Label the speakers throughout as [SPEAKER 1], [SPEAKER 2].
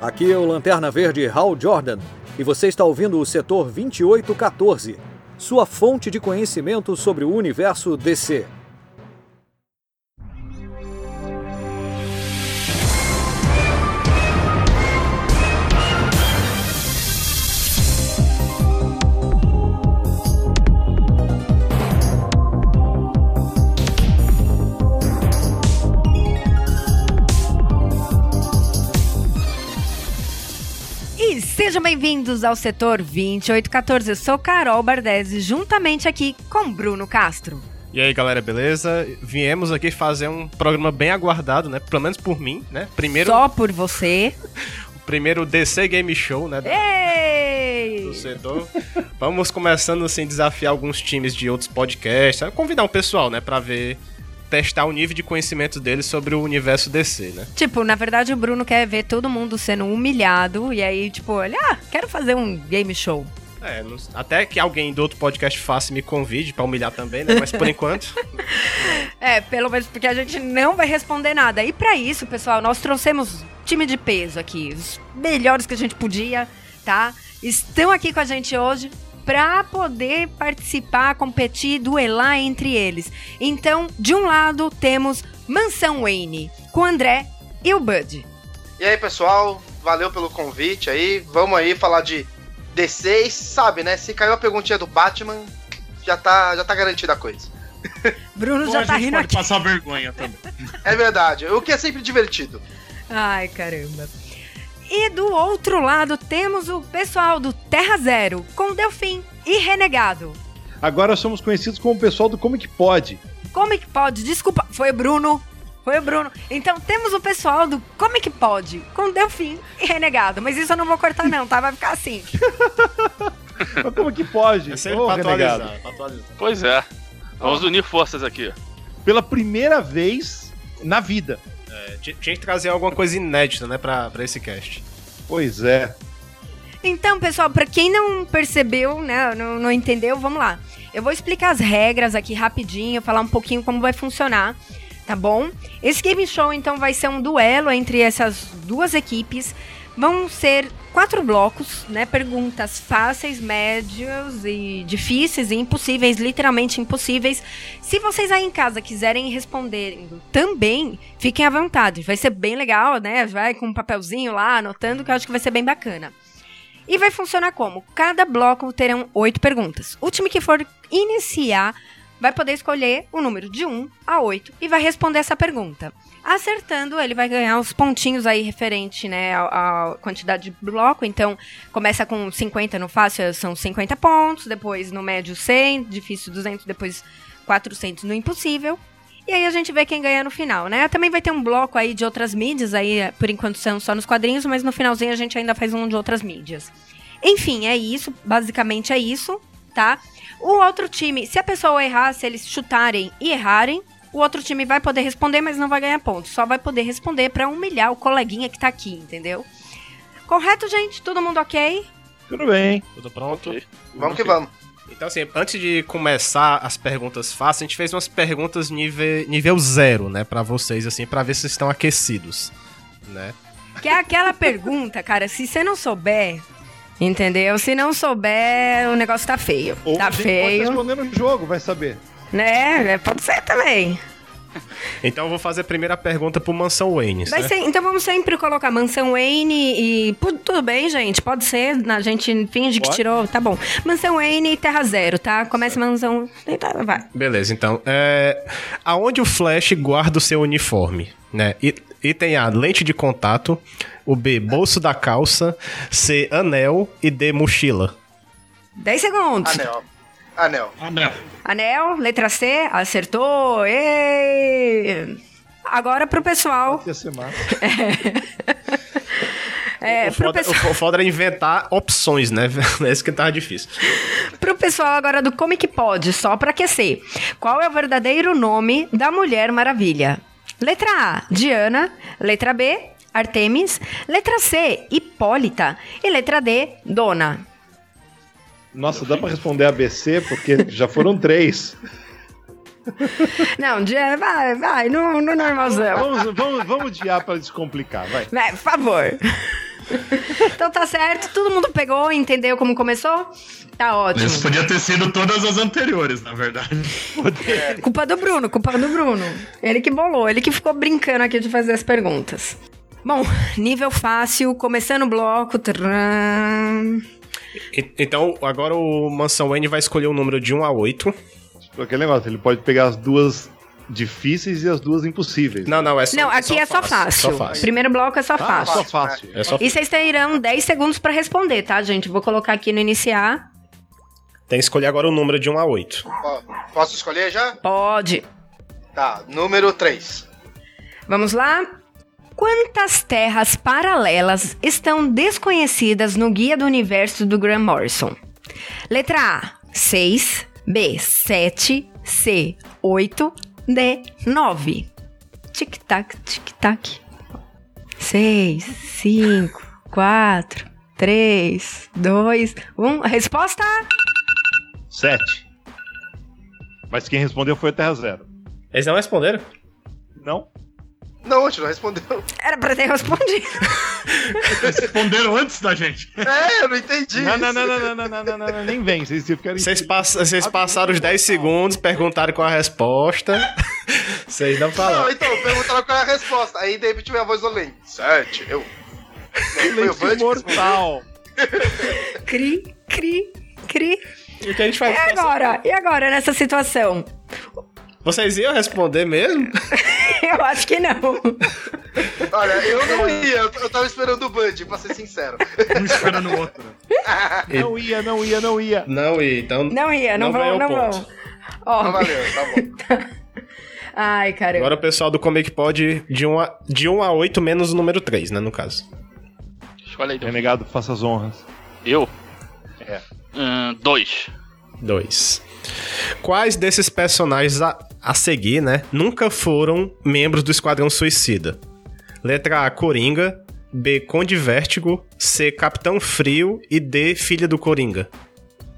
[SPEAKER 1] Aqui é o Lanterna Verde Hal Jordan e você está ouvindo o Setor 2814, sua fonte de conhecimento sobre o universo DC.
[SPEAKER 2] E sejam bem-vindos ao setor 2814. Eu sou Carol Bardesi, juntamente aqui com Bruno Castro.
[SPEAKER 3] E aí, galera, beleza? Viemos aqui fazer um programa bem aguardado, né? Pelo menos por mim, né? Primeiro,
[SPEAKER 2] Só por você.
[SPEAKER 3] o primeiro DC Game Show, né?
[SPEAKER 2] Ei!
[SPEAKER 3] Do setor. Vamos começando, assim, desafiar alguns times de outros podcasts. sabe? Convidar um pessoal, né? Pra ver, testar o nível de conhecimento deles sobre o universo DC, né?
[SPEAKER 2] Tipo, na verdade o Bruno quer ver todo mundo sendo humilhado e aí, tipo, olha, ah, quero fazer um game show.
[SPEAKER 3] É, não- até que alguém do outro podcast faça e me convide pra humilhar também, né? Mas por enquanto,
[SPEAKER 2] É, pelo menos porque a gente não vai responder nada. E pra isso, pessoal, nós trouxemos time de peso aqui, os melhores que a gente podia, tá? Estão aqui com a gente hoje pra poder participar, competir, duelar entre eles. Então, de um lado, temos Mansão Wayne, com o André e o Bud.
[SPEAKER 4] E aí, pessoal, valeu pelo convite aí. Vamos aí falar de D6, sabe, né? Se caiu a perguntinha do Batman, já tá, já tá garantida a coisa.
[SPEAKER 2] Bruno
[SPEAKER 5] Ou a
[SPEAKER 2] já tá
[SPEAKER 5] gente
[SPEAKER 2] rindo
[SPEAKER 5] pode
[SPEAKER 2] aqui.
[SPEAKER 5] passar vergonha também.
[SPEAKER 4] É verdade, o que é sempre divertido.
[SPEAKER 2] Ai, caramba. E do outro lado, temos o pessoal do Terra Zero, com Delfim e Renegado.
[SPEAKER 6] Agora somos conhecidos como o pessoal do Comic Pod.
[SPEAKER 2] Comic Pod, é desculpa, foi o Bruno. Foi o Bruno. Então temos o pessoal do Comic Pod com Delfim e Renegado. Mas isso eu não vou cortar, não, tá? Vai ficar assim.
[SPEAKER 6] Mas como que pode?
[SPEAKER 3] é sempre
[SPEAKER 6] Ô,
[SPEAKER 3] pra
[SPEAKER 6] renegado.
[SPEAKER 3] atualizar, pra atualizar.
[SPEAKER 7] Pois é. Vamos unir forças aqui.
[SPEAKER 6] Pela primeira vez na vida.
[SPEAKER 3] É, tinha tinha que trazer alguma coisa inédita, né? Pra, pra esse cast.
[SPEAKER 6] Pois é.
[SPEAKER 2] Então, pessoal, pra quem não percebeu, né, não, não entendeu, vamos lá. Eu vou explicar as regras aqui rapidinho, falar um pouquinho como vai funcionar, tá bom? Esse game show, então, vai ser um duelo entre essas duas equipes. Vão ser quatro blocos, né? Perguntas fáceis, médias e difíceis e impossíveis, literalmente impossíveis. Se vocês aí em casa quiserem responder também, fiquem à vontade. Vai ser bem legal, né? Vai com um papelzinho lá, anotando, que eu acho que vai ser bem bacana. E vai funcionar como? Cada bloco terão oito perguntas. O time que for iniciar vai poder escolher o número de 1 a 8 e vai responder essa pergunta. Acertando, ele vai ganhar os pontinhos aí referente né, à, à quantidade de bloco. Então, começa com 50 no fácil, são 50 pontos. Depois, no médio, 100. Difícil, 200. Depois, 400 no impossível. E aí a gente vê quem ganha no final, né? Também vai ter um bloco aí de outras mídias, aí por enquanto são só nos quadrinhos, mas no finalzinho a gente ainda faz um de outras mídias. Enfim, é isso, basicamente é isso, tá? O outro time, se a pessoa errar, se eles chutarem e errarem, o outro time vai poder responder, mas não vai ganhar ponto. Só vai poder responder pra humilhar o coleguinha que tá aqui, entendeu? Correto, gente? Todo mundo ok?
[SPEAKER 6] Tudo bem.
[SPEAKER 3] Tudo pronto?
[SPEAKER 7] Ok.
[SPEAKER 4] Vamos que vamos.
[SPEAKER 3] Então, assim, antes de começar as perguntas fáceis, a gente fez umas perguntas nível, nível zero, né, Pra vocês, assim, pra ver se estão aquecidos, né?
[SPEAKER 2] Que é aquela pergunta, cara, se você não souber, entendeu? Se não souber, o negócio tá feio.
[SPEAKER 6] Ou
[SPEAKER 2] tá
[SPEAKER 6] a gente pode
[SPEAKER 2] feio.
[SPEAKER 6] responder no jogo, vai saber.
[SPEAKER 2] Né? né, Pode ser também.
[SPEAKER 3] Então, eu vou fazer a primeira pergunta pro Mansão Wayne,
[SPEAKER 2] Vai
[SPEAKER 3] né?
[SPEAKER 2] ser- então vamos sempre colocar Mansão Wayne e. pu- Tudo bem, gente? Pode ser. A gente finge que
[SPEAKER 6] Pode.
[SPEAKER 2] tirou. Tá bom. Mansão Wayne e Terra Zero, tá? Começa Mansão. tá, Vai.
[SPEAKER 3] Beleza, então. é, Aonde o Flash guarda o seu uniforme, né? I- Item A, lente de contato. O B, bolso da calça. C, anel. E D, mochila.
[SPEAKER 2] 10 segundos.
[SPEAKER 4] Anel. Anel.
[SPEAKER 5] Ah, não.
[SPEAKER 2] Anel, letra C, acertou. Ê! Agora pro pessoal.
[SPEAKER 6] Ia ser massa.
[SPEAKER 2] É,
[SPEAKER 3] o,
[SPEAKER 2] pro
[SPEAKER 3] foda,
[SPEAKER 2] pessoal.
[SPEAKER 3] o foda era inventar opções, né? Esse que tava difícil.
[SPEAKER 2] Pro pessoal agora do Comic Pod, só pra aquecer. Qual é o verdadeiro nome da Mulher Maravilha? Letra A, Diana. Letra B, Artemis. Letra C, Hipólita. E letra D, Dona.
[SPEAKER 6] Nossa, dá pra responder ABC, porque já foram três.
[SPEAKER 2] Não, Diana, vai, vai, no, no normalzão.
[SPEAKER 6] Vamos, vamos, vamos diar pra descomplicar, vai.
[SPEAKER 2] Vai, por favor. Então tá certo, todo mundo pegou, entendeu como começou? Tá ótimo.
[SPEAKER 5] Isso podia ter sido todas as anteriores, na verdade.
[SPEAKER 2] Culpa do Bruno, culpa do Bruno. Ele que bolou, ele que ficou brincando aqui de fazer as perguntas. Bom, nível fácil, começando o bloco. tcharam.
[SPEAKER 3] E- Então, agora o Mansão Wayne vai escolher um número de 1 a 8.
[SPEAKER 6] Tipo, aquele negócio, ele pode pegar as duas difíceis e as duas impossíveis.
[SPEAKER 3] Não, não, é só
[SPEAKER 2] Não, aqui é só, fácil.
[SPEAKER 3] Só fácil.
[SPEAKER 2] Primeiro bloco é só
[SPEAKER 6] Ah,
[SPEAKER 2] fácil.
[SPEAKER 6] só fácil.
[SPEAKER 3] É só...
[SPEAKER 2] E vocês terão 10 segundos pra responder, tá, gente? Vou colocar aqui no iniciar.
[SPEAKER 3] Tem que escolher agora o número de 1 a 8.
[SPEAKER 4] Ó, Posso escolher já?
[SPEAKER 2] Pode.
[SPEAKER 4] Tá, número 3.
[SPEAKER 2] Vamos lá? Quantas terras paralelas estão desconhecidas no Guia do Universo do Graham Morrison? Letra A, 6, B, 7, C, 8, D, 9. Tic-tac, tic-tac. 6, 5, 4, 3, 2, 1. Resposta?
[SPEAKER 6] Sete. Mas quem respondeu foi o Terra Zero.
[SPEAKER 3] Eles não responderam?
[SPEAKER 6] Não?
[SPEAKER 4] Não, a gente não respondeu.
[SPEAKER 2] Era pra ter respondido.
[SPEAKER 5] Responderam antes da gente.
[SPEAKER 4] É, eu não entendi.
[SPEAKER 6] Não,
[SPEAKER 4] isso.
[SPEAKER 6] não, não, não, não, não, não, não, não, não, nem vem. Vocês ficaram
[SPEAKER 3] Vocês, pass- vocês passaram os 10 segundos, perguntaram qual a resposta. Vocês não
[SPEAKER 4] Não,
[SPEAKER 3] falaram.
[SPEAKER 4] então, perguntaram qual é a resposta. Aí de repente minha voz do Len. Sete, eu. Não, foi o Bud que respondeu.
[SPEAKER 6] mortal.
[SPEAKER 2] Cri, cri, cri.
[SPEAKER 3] E o que a gente faz?
[SPEAKER 2] E É agora? E agora nessa situação?
[SPEAKER 3] Vocês iam responder mesmo?
[SPEAKER 2] Eu acho que não.
[SPEAKER 4] Olha, eu não ia, eu eu tava esperando o Bud, pra ser sincero.
[SPEAKER 5] Um esperando o outro.
[SPEAKER 6] Não ia, não ia, não ia.
[SPEAKER 3] Não, e então.
[SPEAKER 2] Não ia, não,
[SPEAKER 3] Não
[SPEAKER 2] vão,
[SPEAKER 3] ganhou
[SPEAKER 2] não
[SPEAKER 3] ponto.
[SPEAKER 2] vão. Ó,
[SPEAKER 4] Mas valeu, tá bom.
[SPEAKER 2] ai, cara.
[SPEAKER 3] Agora o pessoal do Comic Pod de 1 a, de 1 a 8 menos o número 3, né? No caso.
[SPEAKER 7] Escolhe aí. Dom.
[SPEAKER 6] Renegado, faça as honras.
[SPEAKER 7] Eu?
[SPEAKER 6] É.
[SPEAKER 7] Hum, dois.
[SPEAKER 3] 2. Quais desses personagens a, a seguir, né? Nunca foram membros do Esquadrão Suicida? Letra A, Coringa. B, Conde Vértigo. C, Capitão Frio. E D, Filha do Coringa.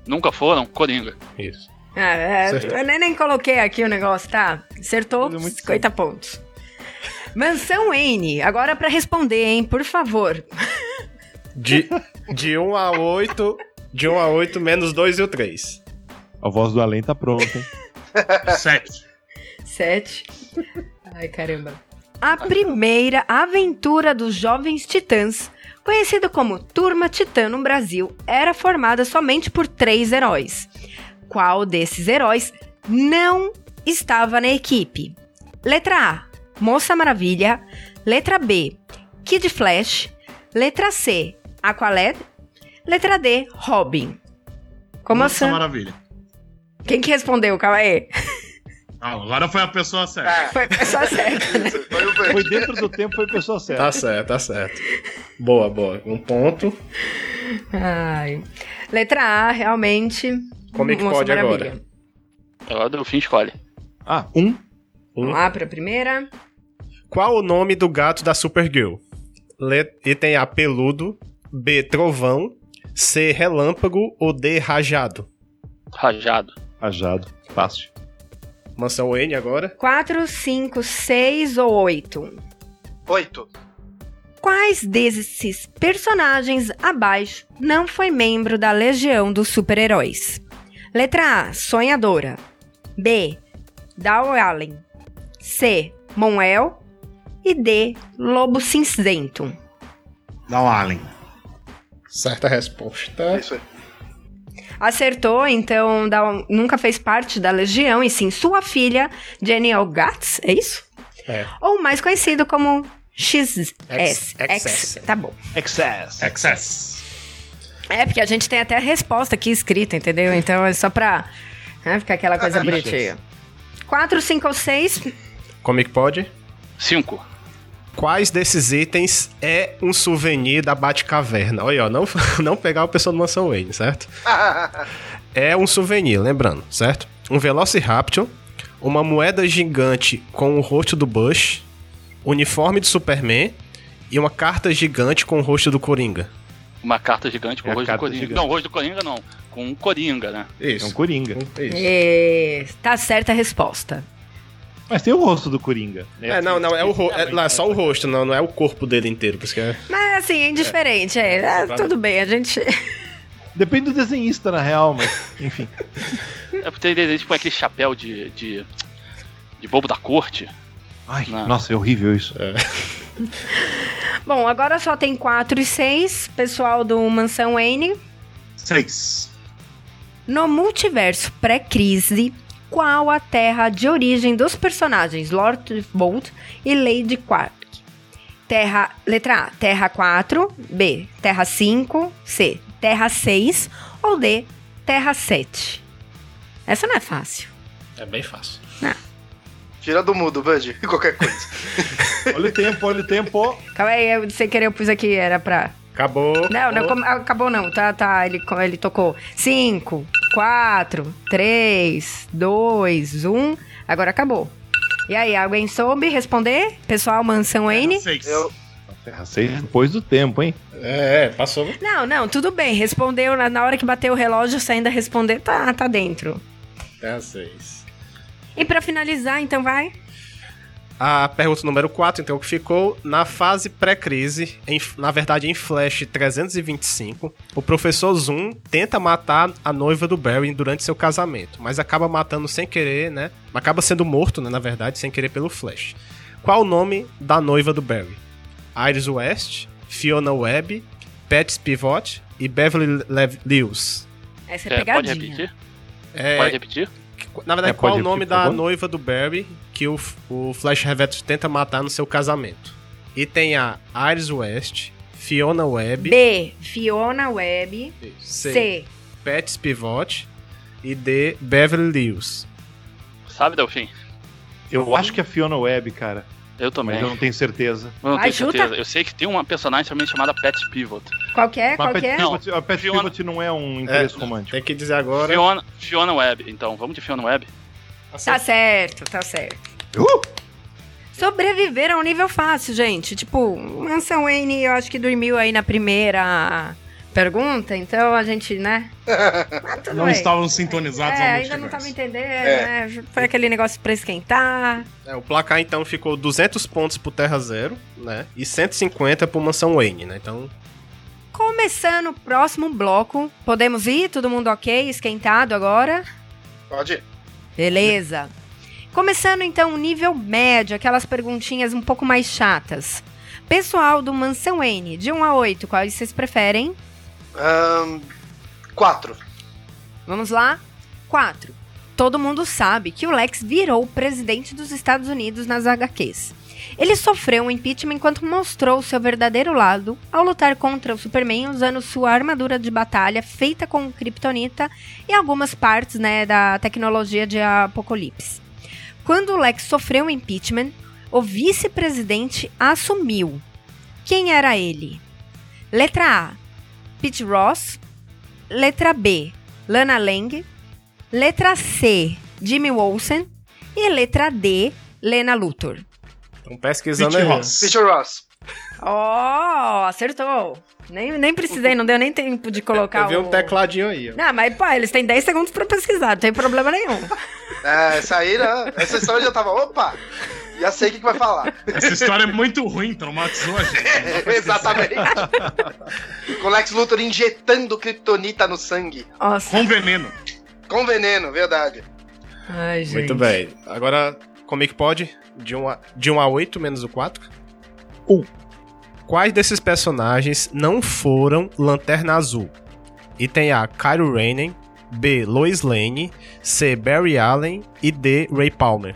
[SPEAKER 7] Nunca foram? Coringa.
[SPEAKER 3] Isso.
[SPEAKER 2] Ah, é,
[SPEAKER 3] Acertou.
[SPEAKER 2] eu nem, nem coloquei aqui o negócio, tá? Acertou,
[SPEAKER 6] Coisa muito
[SPEAKER 2] 50 pontos. Mansão N, agora pra responder, hein, por favor.
[SPEAKER 3] De, de 1 a 8. De 1 a 8, menos 2 e o 3.
[SPEAKER 6] A voz do além tá pronta, hein?
[SPEAKER 5] Sete.
[SPEAKER 2] 7. Ai, caramba. A primeira aventura dos Jovens Titãs, conhecida como Turma Titã no Brasil, era formada somente por três heróis. Qual desses heróis não estava na equipe? Letra A, Moça Maravilha. Letra B, Kid Flash. Letra C, Aqualad. Letra D, Robin. Como
[SPEAKER 5] Nossa,
[SPEAKER 2] assim?
[SPEAKER 5] maravilha.
[SPEAKER 2] Quem que respondeu, Cauê?
[SPEAKER 5] Ah, agora foi a pessoa certa.
[SPEAKER 4] É,
[SPEAKER 2] Foi a pessoa certa.
[SPEAKER 4] isso, foi o Bud.
[SPEAKER 6] Foi dentro do tempo, foi pessoa certa.
[SPEAKER 3] Tá certo, tá certo. Boa, boa. Um ponto.
[SPEAKER 2] Ai. Letra A, realmente.
[SPEAKER 3] Como é que
[SPEAKER 2] Moça
[SPEAKER 3] pode
[SPEAKER 2] Maravilha.
[SPEAKER 3] agora?
[SPEAKER 7] Agora o fim escolhe.
[SPEAKER 6] Ah, um.
[SPEAKER 2] Vamos lá pra primeira.
[SPEAKER 3] Qual o nome do gato da Supergirl? Le- Item A, peludo. B, trovão. C, relâmpago. Ou D, rajado.
[SPEAKER 7] Rajado.
[SPEAKER 6] Rajado. Tá Fácil.
[SPEAKER 3] Mansão Wayne agora.
[SPEAKER 2] 4, 5, 6 ou 8.
[SPEAKER 4] Oito.
[SPEAKER 2] Quais desses personagens abaixo não foi membro da Legião dos Super-Heróis? Letra A, Sonhadora. B, Dow Allen. C, Moel. E D, Lobo Cinzento.
[SPEAKER 5] Dá um Allen.
[SPEAKER 3] Certa resposta.
[SPEAKER 4] É Isso aí.
[SPEAKER 2] Acertou, então da- nunca fez parte da Legião, e sim sua filha, Jenny O'Gatz, é isso?
[SPEAKER 3] É.
[SPEAKER 2] Ou mais conhecido como XS.
[SPEAKER 3] Ex-
[SPEAKER 2] X,
[SPEAKER 3] Excess.
[SPEAKER 2] tá bom.
[SPEAKER 6] Excess.
[SPEAKER 3] Excess.
[SPEAKER 2] É, porque a gente tem até a resposta aqui escrita, entendeu? Então é só pra né, ficar aquela coisa
[SPEAKER 4] Ah,
[SPEAKER 2] bonitinha. 4, 5 ou 6.
[SPEAKER 3] Comic Pod.
[SPEAKER 7] Cinco.
[SPEAKER 3] Quais desses itens é um souvenir da Batcaverna? Olha, ó, não, não pegar o pessoal do Mansão Wayne, certo? É um souvenir, lembrando, certo? Um Velociraptor, uma moeda gigante com o rosto do Bush, uniforme do Superman e uma carta gigante com o rosto do Coringa.
[SPEAKER 7] Uma carta gigante com
[SPEAKER 6] É a
[SPEAKER 7] o rosto do
[SPEAKER 6] carta
[SPEAKER 7] Coringa.
[SPEAKER 6] gigante.
[SPEAKER 7] Não, o rosto do Coringa não. Com
[SPEAKER 3] É um
[SPEAKER 7] o Coringa, né?
[SPEAKER 6] É um coringa.
[SPEAKER 3] Isso.
[SPEAKER 2] É, tá certa a resposta.
[SPEAKER 6] Mas tem o rosto do Coringa. né?
[SPEAKER 3] É, não, não, é, o ro- é lá, só o rosto, não, não é o corpo dele inteiro. Por isso que é.
[SPEAKER 2] Mas assim, é indiferente, é. Ah,
[SPEAKER 3] Vai-
[SPEAKER 2] tudo bem, a gente.
[SPEAKER 6] Depende do desenhista, na real, mas enfim.
[SPEAKER 7] É porque ele tipo aquele chapéu de. de. de bobo da corte.
[SPEAKER 6] Ai,
[SPEAKER 7] Não.
[SPEAKER 6] nossa, é horrível isso.
[SPEAKER 2] Bom, agora só tem 4 e 6, pessoal do Mansão N.
[SPEAKER 5] Seis.
[SPEAKER 2] No multiverso pré-crise, qual a terra de origem dos personagens Lord Bolt e Lady Quark? Terra, letra A, Terra 4, B, Terra 5, C, Terra 6 ou D, Terra 7? Essa não é fácil.
[SPEAKER 3] É bem fácil.
[SPEAKER 4] Tira do mudo, Bud. Qualquer coisa.
[SPEAKER 6] Olha o tempo, olha o tempo.
[SPEAKER 2] Calma aí, eu, sem querer eu pus aqui, era pra...
[SPEAKER 3] Acabou.
[SPEAKER 2] Não, é não, como- acabou não, tá, tá, ele, co- ele tocou. 5, 4, 3, 2, 1, agora acabou. E aí, alguém soube responder? Pessoal, mansão
[SPEAKER 7] É,
[SPEAKER 2] N?
[SPEAKER 5] Seis.
[SPEAKER 4] Eu,
[SPEAKER 6] Terra 6 É, depois do tempo, hein?
[SPEAKER 3] É, é, passou.
[SPEAKER 2] Não, não, tudo bem, respondeu, na, na hora que bateu o relógio, você ainda responder, tá, tá dentro.
[SPEAKER 3] Terra 6.
[SPEAKER 2] E pra finalizar, então vai?
[SPEAKER 3] A pergunta número 4, então, que ficou. Na fase pré-crise, em- na verdade em Flash 325, o professor Zoom tenta matar a noiva do Barry durante seu casamento, mas acaba matando sem querer, né? Acaba sendo morto, né, na verdade, sem querer pelo Flash. Qual o nome da noiva do Barry? Iris West, Fiona Webb, Pat Pivot e Beverly Le- Lewis.
[SPEAKER 2] Essa é,
[SPEAKER 7] É, pode
[SPEAKER 2] pegadinha.
[SPEAKER 7] repetir?
[SPEAKER 3] É,
[SPEAKER 7] Pode repetir?
[SPEAKER 3] Na verdade,
[SPEAKER 6] É,
[SPEAKER 3] qual
[SPEAKER 6] pode
[SPEAKER 3] o
[SPEAKER 6] repetir,
[SPEAKER 3] nome
[SPEAKER 6] por
[SPEAKER 3] da
[SPEAKER 6] favor?
[SPEAKER 3] noiva do Barry que o, o Flash Reverso tenta matar no seu casamento? E tem a Iris West, Fiona Webb,
[SPEAKER 2] B, Fiona Web.
[SPEAKER 3] C,
[SPEAKER 2] C.
[SPEAKER 3] Pat Pivot e D, Beverly Lewis.
[SPEAKER 7] Sabe, Delfim?
[SPEAKER 6] Eu acho que é Fiona Webb, cara.
[SPEAKER 7] Eu também.
[SPEAKER 6] Mas eu não tenho certeza.
[SPEAKER 7] Eu não
[SPEAKER 2] Vai,
[SPEAKER 7] tenho
[SPEAKER 2] chuta.
[SPEAKER 7] certeza. Eu sei que tem uma personagem também chamada Pat Pivot.
[SPEAKER 2] Qual que é?
[SPEAKER 6] Mas a
[SPEAKER 2] Qual
[SPEAKER 6] Pat
[SPEAKER 2] que é?
[SPEAKER 7] Não,
[SPEAKER 6] Pivot- a Pat
[SPEAKER 7] Fiona-
[SPEAKER 6] Pivot não é um interesse romântico.
[SPEAKER 3] Tem que dizer agora.
[SPEAKER 7] Fiona, Fiona Webb, então. Vamos de Fiona Webb?
[SPEAKER 3] assim,
[SPEAKER 2] Tá certo, tá certo. Sobreviver é um nível fácil, gente. Tipo, Mansão Wayne, eu acho que dormiu aí na primeira pergunta, então a gente, né? Mas tudo
[SPEAKER 5] Não
[SPEAKER 2] bem.
[SPEAKER 5] estavam sintonizados
[SPEAKER 2] É,
[SPEAKER 5] ao
[SPEAKER 2] ainda não tava
[SPEAKER 5] multiverso.
[SPEAKER 2] entendendo,
[SPEAKER 4] É.
[SPEAKER 2] né? Foi aquele negócio pra esquentar.
[SPEAKER 3] É, o placar então ficou 200 pontos pro Terra Zero, né? E 150 pro Mansão Wayne, né? Então,
[SPEAKER 2] Começando o próximo bloco. Podemos ir? Todo mundo ok? Esquentado agora?
[SPEAKER 4] pode ir.
[SPEAKER 2] Beleza. Começando então o nível médio, aquelas perguntinhas um pouco mais chatas. Pessoal do Mansão N, de 1 a 8, quais vocês preferem?
[SPEAKER 4] Ahn, quatro.
[SPEAKER 2] Vamos lá? 4. Todo mundo sabe que o Lex virou o presidente dos Estados Unidos nas HQs. Ele sofreu um impeachment enquanto mostrou seu verdadeiro lado ao lutar contra o Superman usando sua armadura de batalha feita com kryptonita e algumas partes né, da tecnologia de Apocalipse. Quando o Lex sofreu o impeachment, o vice-presidente assumiu. Quem era ele? Letra A: Pete Ross. Letra B: Lana Lang, letra C, Jimmy Olsen e letra D, Lena Luthor.
[SPEAKER 3] estão pesquisando
[SPEAKER 5] Pete
[SPEAKER 3] aí.
[SPEAKER 5] Ross.
[SPEAKER 4] Peter Ross.
[SPEAKER 2] Oh, acertou. Nem, nem precisei, não deu nem tempo de colocar
[SPEAKER 3] Eu vi um
[SPEAKER 2] o...
[SPEAKER 3] tecladinho aí. ó.
[SPEAKER 2] Não, mas pô, eles têm 10 segundos pra pesquisar, não tem problema nenhum.
[SPEAKER 4] É, essa aí, né? Essa história já tava. Opa! Já sei o que, que vai falar. É,
[SPEAKER 5] Essa história é muito ruim, traumatizou a gente.
[SPEAKER 4] Exatamente. Com Lex Luthor injetando kryptonita no sangue.
[SPEAKER 2] Nossa.
[SPEAKER 5] Com veneno.
[SPEAKER 4] Com veneno, verdade.
[SPEAKER 2] Ai, gente.
[SPEAKER 3] Muito bem. Agora, como é que pode? De 1 a, de um a 8 menos o 4? 1. Quais desses personagens não foram Lanterna Azul? E tem A. Kylo Ren, B. Lois Lane, C. Barry Allen e D. Ray Palmer.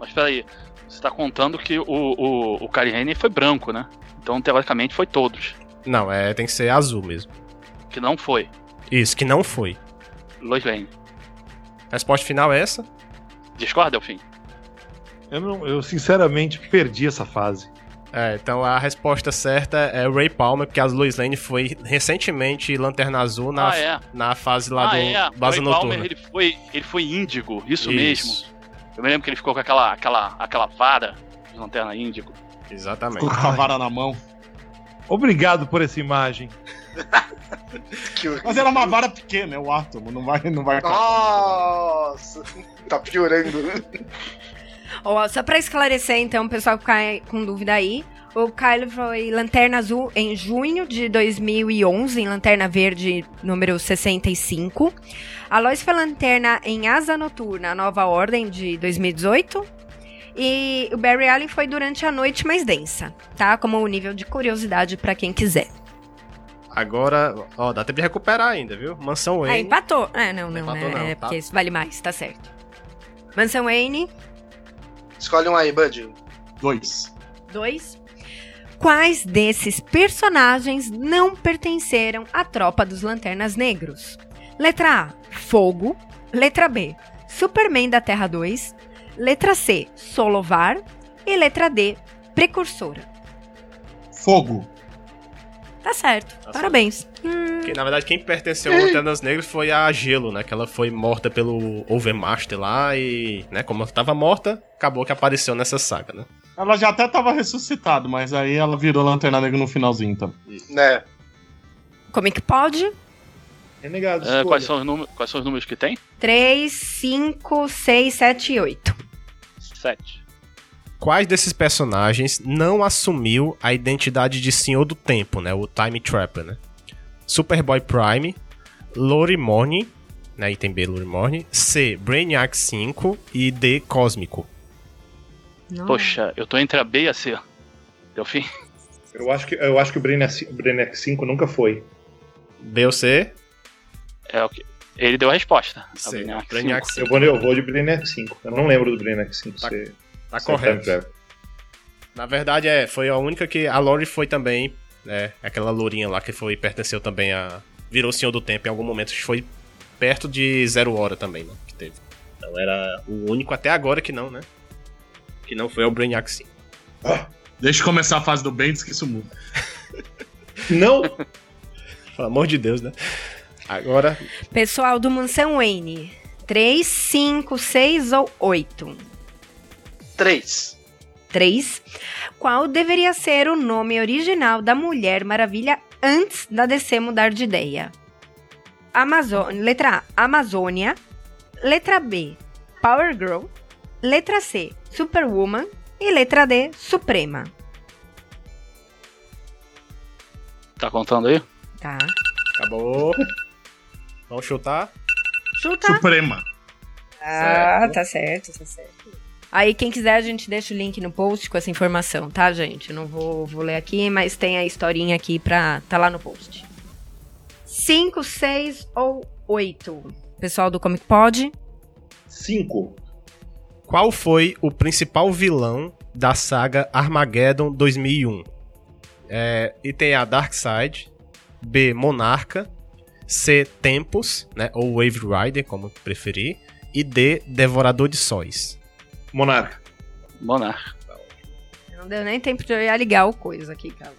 [SPEAKER 7] Mas peraí, você tá contando que o, o, o Kari Hennig foi branco, né? Então, teoricamente, foi todos.
[SPEAKER 3] Não, é, tem que ser azul mesmo.
[SPEAKER 7] Que não foi.
[SPEAKER 3] Isso, que não foi.
[SPEAKER 7] Lois Lane.
[SPEAKER 3] Resposta final é essa?
[SPEAKER 7] Discorda, Delfim?
[SPEAKER 6] Eu, não, eu sinceramente perdi essa fase.
[SPEAKER 3] É, então a resposta certa é Ray Palmer, porque a Lois Lane foi recentemente Lanterna Azul na,
[SPEAKER 7] Ah, é.
[SPEAKER 3] na fase lá do
[SPEAKER 7] ah, é.
[SPEAKER 3] Base
[SPEAKER 7] Ray
[SPEAKER 3] Noturna.
[SPEAKER 7] Palmer, ele foi, ele foi índigo, isso,
[SPEAKER 3] Isso.
[SPEAKER 7] mesmo. Eu me lembro que ele ficou com aquela, aquela, aquela vara de lanterna índigo.
[SPEAKER 3] Exatamente.
[SPEAKER 5] Com a vara na mão.
[SPEAKER 6] Obrigado por essa imagem.
[SPEAKER 4] Que...
[SPEAKER 5] Mas era uma vara pequena, é o átomo. Não vai. Não vai
[SPEAKER 4] Nossa! Tá piorando.
[SPEAKER 2] Ó, só pra esclarecer, então, o pessoal que cai com dúvida aí, o Kylo foi Lanterna Azul em junho de 2011, em Lanterna Verde número 65. A Lois foi Lanterna em Asa Noturna, Nova Ordem de 2018. E o Barry Allen foi durante a noite mais densa, tá? Como o nível de curiosidade pra quem quiser.
[SPEAKER 3] Agora, ó, dá tempo de recuperar ainda, viu? Mansão
[SPEAKER 2] Ah,
[SPEAKER 3] Wayne.
[SPEAKER 2] empatou. Ah, não, não,
[SPEAKER 3] Empatou
[SPEAKER 2] né?
[SPEAKER 3] não,
[SPEAKER 2] é
[SPEAKER 3] tá.
[SPEAKER 2] porque isso vale mais, tá certo. Mansão Wayne,
[SPEAKER 4] Escolhe um aí, Bud.
[SPEAKER 5] Dois.
[SPEAKER 2] 2. Quais desses personagens não pertenceram à tropa dos Lanternas Negros? Letra A, Fogo. Letra B, Superman da Terra 2. Letra C, Solovar. E letra D, Precursora.
[SPEAKER 5] Fogo.
[SPEAKER 2] Tá certo,
[SPEAKER 3] certo.
[SPEAKER 2] parabéns. Hum,
[SPEAKER 3] Que, na verdade, quem pertenceu ao Lanternas Negras foi a Gelo, né? Que ela foi morta pelo Overmaster lá e, né? Como ela tava morta, acabou que apareceu nessa saga, né?
[SPEAKER 5] Ela já até tava ressuscitada, mas aí ela virou Lanterna Negra no finalzinho então. também.
[SPEAKER 4] Né?
[SPEAKER 2] como é que pode?
[SPEAKER 6] Renegado,
[SPEAKER 7] É,
[SPEAKER 6] escolha.
[SPEAKER 7] quais, são os números, quais são os números que tem?
[SPEAKER 2] 3, 5, 6, 7 e 8.
[SPEAKER 7] Sete.
[SPEAKER 3] Quais desses personagens não assumiu a identidade de Senhor do Tempo, né? O Time Trapper, né? Superboy Prime, Lori Morning, né? Item B, Lori Morning. C, Brainiac 5 e D, Cósmico.
[SPEAKER 7] Poxa, eu tô entre a B e a C. Delfim?
[SPEAKER 6] Eu acho que, eu acho que o Brainiac Brainiac 5 nunca foi.
[SPEAKER 3] B ou C?
[SPEAKER 7] É o que. Ele deu a resposta. A
[SPEAKER 3] C.
[SPEAKER 7] Brainiac
[SPEAKER 3] Brainiac
[SPEAKER 7] cinco.
[SPEAKER 6] Eu vou, eu vou de Brainiac 5. Eu não lembro do Brainiac 5
[SPEAKER 3] Tá-
[SPEAKER 6] ser,
[SPEAKER 3] Tá
[SPEAKER 6] ser
[SPEAKER 3] correto.
[SPEAKER 6] time travel.
[SPEAKER 3] Na verdade, é, foi a única que. A Lori foi também, né? Aquela lourinha lá que foi pertenceu também a. Virou Senhor do Tempo em algum momento. Foi perto de zero hora também, né? Que teve. Então era o único até agora que não, né? Que não foi o Brainiac 5.
[SPEAKER 5] Deixa eu começar a fase do Bendis que isso muda.
[SPEAKER 6] Não!
[SPEAKER 3] Pelo amor de Deus, né? Agora.
[SPEAKER 2] Pessoal do Mansão Wayne, 3, 5, 6 ou 8?
[SPEAKER 4] Três.
[SPEAKER 2] 3. Qual deveria ser o nome original da Mulher Maravilha antes da DC mudar de ideia? Amazo- letra A, Amazônia. Letra B, Power Girl. Letra C, Superwoman. E letra D, Suprema.
[SPEAKER 7] Tá contando aí?
[SPEAKER 2] Tá?
[SPEAKER 3] Acabou. Vamos chutar.
[SPEAKER 2] Chuta.
[SPEAKER 5] Suprema.
[SPEAKER 2] Ah, tá certo, tá certo. Aí, quem quiser, a gente deixa o link no post com essa informação, tá, gente? Eu Não vou, vou ler aqui, mas tem a historinha aqui pra. tá lá no post. 5, 6 ou 8? Pessoal do Comic Pod?
[SPEAKER 6] 5.
[SPEAKER 3] Qual foi o principal vilão da saga Armageddon 2001? É, item A, Darkseid. B, Monarca. C, Tempos, né, ou Wave Rider, como preferir. E D, Devorador de Sóis.
[SPEAKER 6] Monarca.
[SPEAKER 7] Monarca.
[SPEAKER 2] Não deu nem tempo de eu ir ligar o coisa aqui, cara.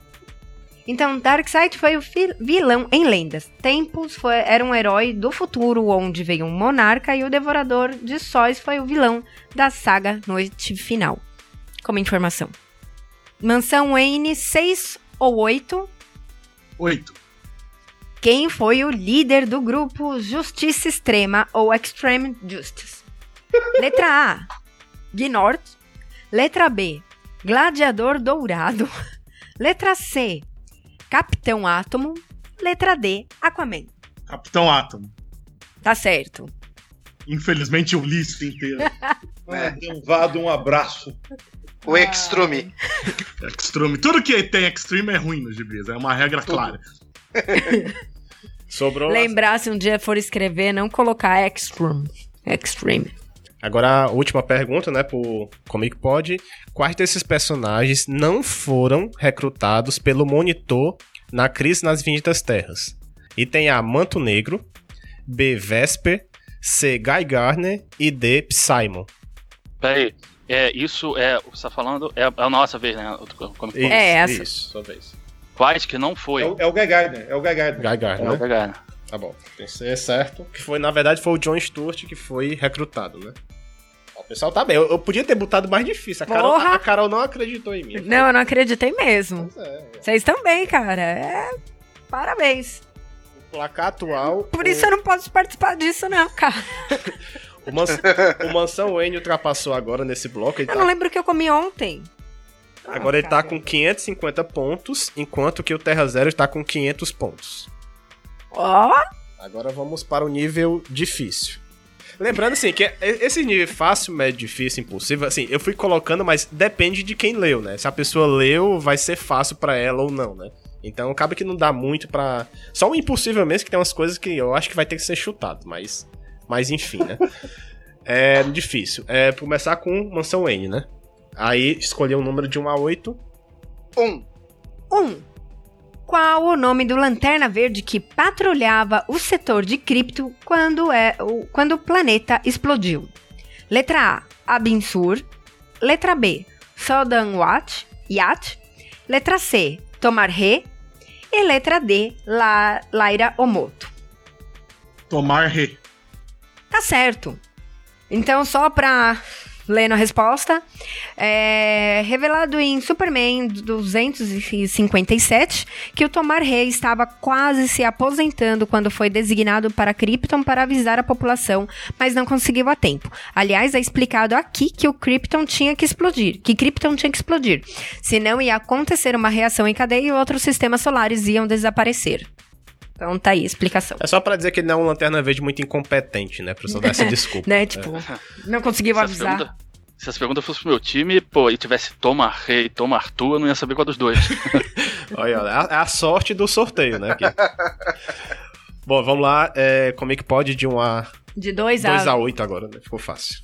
[SPEAKER 2] Então, Darkseid foi o fi- vilão em lendas. Tempos foi- era um herói do futuro, onde veio um monarca, e o Devorador de Sóis foi o vilão da saga Noite Final. Como informação. Mansão Wayne 6 ou 8.
[SPEAKER 5] Oito.
[SPEAKER 2] Quem foi o líder do grupo Justiça Extrema ou Extreme Justice? Letra A, Gnort. Letra B, Gladiador Dourado. Letra C, Capitão Átomo. Letra D, Aquaman.
[SPEAKER 5] Capitão Átomo.
[SPEAKER 2] Tá certo.
[SPEAKER 5] Infelizmente eu li isso inteiro.
[SPEAKER 4] É.
[SPEAKER 6] Um vado, um abraço. É.
[SPEAKER 4] O Extreme.
[SPEAKER 5] Extreme. Tudo que tem Extreme é ruim nos gibis. É uma regra clara.
[SPEAKER 3] Sobrou.
[SPEAKER 2] Lembrar se um dia for escrever, não colocar Extreme. Extreme.
[SPEAKER 3] Agora a última pergunta, né, pro Comic Pod. Quais desses personagens não foram recrutados pelo Monitor na crise nas Vinditas Terras? Item A, Manto Negro. B, Vesper. C, Guy Garner. E D, Psymon.
[SPEAKER 7] Peraí. É, isso é. Você tá falando. É, é a nossa vez, né? o do Comic Con.
[SPEAKER 3] Isso,
[SPEAKER 2] É, essa.
[SPEAKER 3] Isso, sua vez.
[SPEAKER 7] Quais que não foi?
[SPEAKER 6] É o, é o Guy Gardner. É o Guy Gardner.
[SPEAKER 3] Guy Garner,
[SPEAKER 7] Não,
[SPEAKER 3] né?
[SPEAKER 7] cara.
[SPEAKER 2] É.
[SPEAKER 3] Tá bom. Pensei certo. Que foi, na verdade, foi o John Stewart que foi recrutado, né? Ó, O pessoal tá bem. Eu, eu podia ter botado mais difícil. A Carol,
[SPEAKER 2] Porra!
[SPEAKER 3] a Carol não acreditou em mim.
[SPEAKER 2] Não, eu não acreditei mesmo.
[SPEAKER 3] Pois é.
[SPEAKER 2] Vocês também, cara. É... Parabéns.
[SPEAKER 3] O placar atual. É.
[SPEAKER 2] Por isso eu não posso participar disso, não, cara.
[SPEAKER 3] O, Mans- o Mansão Wayne ultrapassou agora nesse bloco. Ele
[SPEAKER 2] Eu não
[SPEAKER 3] tá-
[SPEAKER 2] lembro o que eu comi ontem.
[SPEAKER 3] agora ele tá
[SPEAKER 2] cara.
[SPEAKER 3] com 550 pontos, enquanto que o Terra Zero está com 500 pontos.
[SPEAKER 2] Ó,
[SPEAKER 3] Agora vamos para o nível difícil. Lembrando, assim, que esse nível fácil, médio, difícil, impossível, assim, eu fui colocando, mas depende de quem leu, né? Se a pessoa leu, vai ser fácil pra ela ou não, né? Então acaba que não dá muito pra. Só o impossível mesmo, que tem umas coisas que eu acho que vai ter que ser chutado, mas. Mas enfim, né? É difícil. É começar com Mansão N, né? Aí escolher um número de 1 a 8.
[SPEAKER 4] Um.
[SPEAKER 2] um. Qual o nome do Lanterna Verde que patrulhava o setor de cripto quando, é, o, quando o planeta explodiu? Letra A, Abinsur. Letra B, Sodan Watch, Yacht. Letra C, Tomar Re. E letra D, La, Laira Omoto.
[SPEAKER 5] Tomar re.
[SPEAKER 2] Tá certo. Então, só pra ler a resposta, é revelado em Superman 257 que o Tomar Rey estava quase se aposentando quando foi designado para Krypton para avisar a população, mas não conseguiu a tempo. Aliás, é explicado aqui que o Krypton tinha que explodir, que Krypton tinha que explodir, senão ia acontecer uma reação em cadeia e outros sistemas solares iam desaparecer. Então tá aí a explicação.
[SPEAKER 3] É só pra dizer que ele não é um lanterna verde muito incompetente, né? Pra só dar essa desculpa.
[SPEAKER 2] Né, tipo, não conseguiu
[SPEAKER 7] se, as
[SPEAKER 2] avisar.
[SPEAKER 7] perguntas, se as perguntas fossem pro meu time, pô, e tivesse Toma Rei e Toma Arthur, eu não ia saber qual dos dois.
[SPEAKER 3] Olha, olha, é a, é a sorte do sorteio, né? aqui. Bom, vamos lá. É, como é que pode de 1 a
[SPEAKER 2] De 2 a.
[SPEAKER 3] 2 a 8 agora, né? Ficou fácil.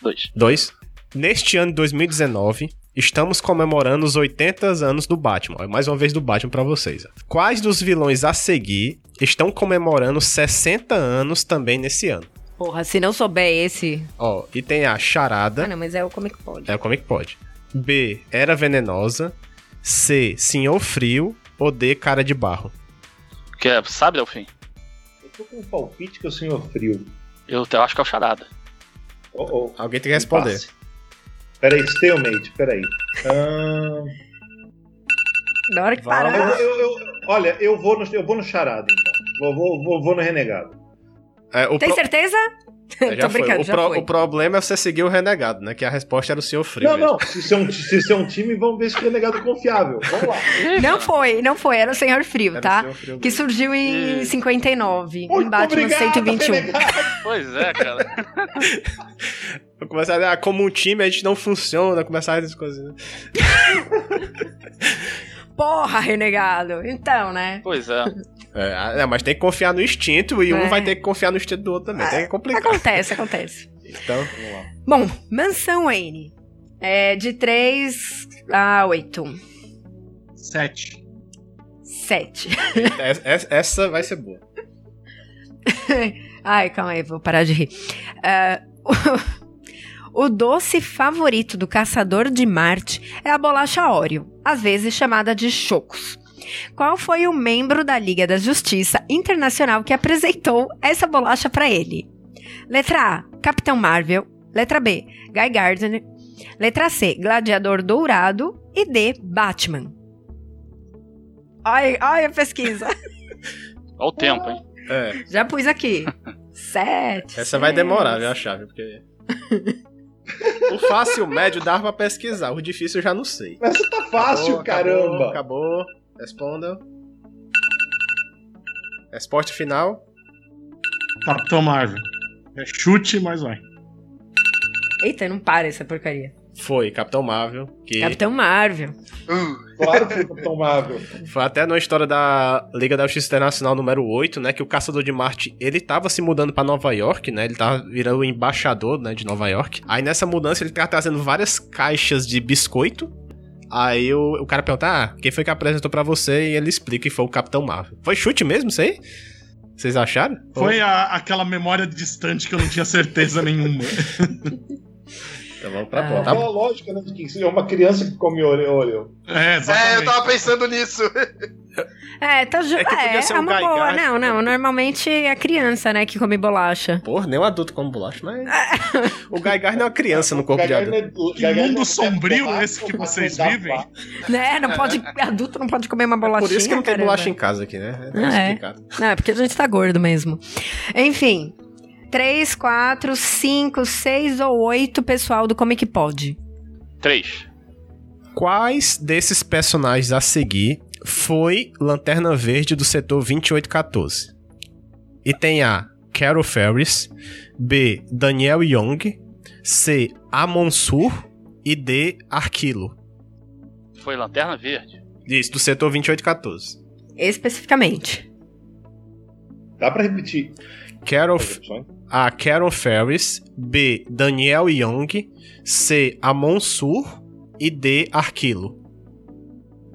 [SPEAKER 7] dois.
[SPEAKER 3] 2. Neste ano de 2019, estamos comemorando os 80 anos do Batman. Olha, Mais uma vez do Batman pra vocês. ó. Quais dos vilões a seguir estão comemorando 60 anos também nesse ano?
[SPEAKER 2] Porra, se não souber esse.
[SPEAKER 3] Ó, e tem a
[SPEAKER 2] Ah,
[SPEAKER 3] Charada.
[SPEAKER 2] não, mas é o Comic Pod.
[SPEAKER 3] É, como é que pode? B. Era Venenosa. C. Senhor Frio. Ou D. Cara de Barro.
[SPEAKER 7] Que é, sabe, Delfim?
[SPEAKER 6] Eu tô com um palpite que o senhor frio.
[SPEAKER 7] Eu, te- eu acho que é o Charada.
[SPEAKER 6] Oh, oh.
[SPEAKER 3] Alguém tem que responder.
[SPEAKER 6] Passe. Peraí, stalemate, peraí. Ahn,
[SPEAKER 2] Na hora que né?
[SPEAKER 3] Vamos.
[SPEAKER 2] parar.
[SPEAKER 6] eu- eu- eu- olha, eu vou no, eu vou no charado, então. Vou, vou, vou, vou no renegado.
[SPEAKER 3] É, o
[SPEAKER 2] Tem
[SPEAKER 3] pro-
[SPEAKER 2] certeza?
[SPEAKER 3] É, já
[SPEAKER 2] Tô
[SPEAKER 3] foi.
[SPEAKER 2] brincando,
[SPEAKER 3] o,
[SPEAKER 2] já
[SPEAKER 3] pro-
[SPEAKER 2] foi.
[SPEAKER 3] o problema é você seguir o renegado, né? Que a resposta era o senhor frio.
[SPEAKER 6] não,
[SPEAKER 3] mesmo.
[SPEAKER 6] não, se isso, é um, se isso é um time, vamos ver se o renegado é confiável. Vamos lá.
[SPEAKER 2] Não foi, não foi. Era o Senhor Frio,
[SPEAKER 3] Era o
[SPEAKER 2] tá?
[SPEAKER 3] Senhor Frio
[SPEAKER 2] Que
[SPEAKER 3] mesmo.
[SPEAKER 2] surgiu em
[SPEAKER 7] Ih.
[SPEAKER 2] 59, em Batman 121.
[SPEAKER 6] renegado.
[SPEAKER 7] Pois é, cara.
[SPEAKER 3] Vou começar a ah, como um time a gente não funciona, começar essas coisas. né?
[SPEAKER 2] Porra, renegado. Então, né?
[SPEAKER 7] Pois é.
[SPEAKER 3] É, ah, é, mas tem que confiar no instinto e um
[SPEAKER 2] É. Ah,
[SPEAKER 3] vai ter que confiar no instinto do outro também. Tem que complicar.
[SPEAKER 2] Acontece, acontece.
[SPEAKER 3] Então, vamos lá.
[SPEAKER 2] Bom, Mansão Wayne. É de 3 a 8.
[SPEAKER 5] Sete.
[SPEAKER 2] 7.
[SPEAKER 3] Es- es- é, Essa vai ser boa.
[SPEAKER 2] Ai, calma aí, vou parar de rir. Ah, o doce favorito do caçador de Marte é a bolacha Oreo, às vezes chamada de Chocos. Qual foi o membro da Liga da Justiça Internacional que apresentou essa bolacha para ele? Letra A, Capitão Marvel. Letra B, Guy Gardner. Letra C, Gladiador Dourado. E D, Batman. Ai, ai, a pesquisa.
[SPEAKER 7] Olha o tempo, hein?
[SPEAKER 3] É,
[SPEAKER 2] Já pus aqui. Sete.
[SPEAKER 3] essa vai demorar,
[SPEAKER 2] seis.
[SPEAKER 3] viu, a chave? Porque. o fácil, o médio, dá pra pesquisar. O difícil eu já não sei.
[SPEAKER 6] Mas isso tá fácil,
[SPEAKER 3] Acabou,
[SPEAKER 6] caramba.
[SPEAKER 3] Acabou, acabou. Responda. Resposta final.
[SPEAKER 5] Capitão Marvel. Tá, É chute, mas vai.
[SPEAKER 2] Eita, não para essa porcaria.
[SPEAKER 3] Foi Capitão Marvel, que
[SPEAKER 2] Capitão Marvel.
[SPEAKER 4] Uh,
[SPEAKER 6] Claro que foi tomável.
[SPEAKER 3] foi até na história da Liga da Justiça Internacional número 8, né, que o Caçador de Marte, ele tava se mudando pra Nova York, né? Ele tava virando o embaixador, né, de Nova York. Aí nessa mudança ele tá trazendo várias caixas de biscoito. Aí o, o cara pergunta: "Ah, quem foi que apresentou pra você?" E ele explica que foi o Capitão Marvel. Foi chute mesmo isso aí? Vocês acharam?
[SPEAKER 5] Foi a- aquela memória distante que eu não tinha certeza nenhuma.
[SPEAKER 3] Então vamos pra
[SPEAKER 2] Ah.
[SPEAKER 3] bola.
[SPEAKER 6] Aquela É lógica, né? de que é uma criança que come oreo. oreo.
[SPEAKER 5] É,
[SPEAKER 4] é,
[SPEAKER 5] exatamente.
[SPEAKER 4] eu tava pensando nisso.
[SPEAKER 2] É, tá ju...
[SPEAKER 3] É
[SPEAKER 2] é,
[SPEAKER 3] que podia
[SPEAKER 2] é,
[SPEAKER 3] ser um
[SPEAKER 2] uma
[SPEAKER 3] Guy
[SPEAKER 2] boa.
[SPEAKER 3] Gardner.
[SPEAKER 2] Não, não. Normalmente é criança, né, que come bolacha.
[SPEAKER 3] Porra, nem um adulto come bolacha, mas. o Guy Gardner é uma criança no corpo de adulto.
[SPEAKER 6] né,
[SPEAKER 5] Que mundo sombrio esse que vocês vivem?
[SPEAKER 2] Né? Não pode. Adulto não pode comer é uma bolachinha.
[SPEAKER 3] É Por isso que não tem
[SPEAKER 2] caramba.
[SPEAKER 3] bolacha em casa aqui, né?
[SPEAKER 2] Ah, é.
[SPEAKER 3] explicado.
[SPEAKER 2] Não, é porque a gente tá gordo mesmo. Enfim. 3, 4, 5, 6 ou 8 pessoal do Comic Pod.
[SPEAKER 7] Três.
[SPEAKER 3] Quais desses personagens a seguir foi Lanterna Verde do setor 2814? E tem A. Carol Ferris, B. Daniel Young, C. Amonsur e D. Arquilo.
[SPEAKER 7] Foi Lanterna Verde.
[SPEAKER 3] Isso, do setor 2814.
[SPEAKER 2] Especificamente.
[SPEAKER 6] Dá pra repetir.
[SPEAKER 3] Carol,
[SPEAKER 6] as opções?
[SPEAKER 3] A. Carol Ferris, B. Daniel Young, C. Amonsur e D. Arquilo.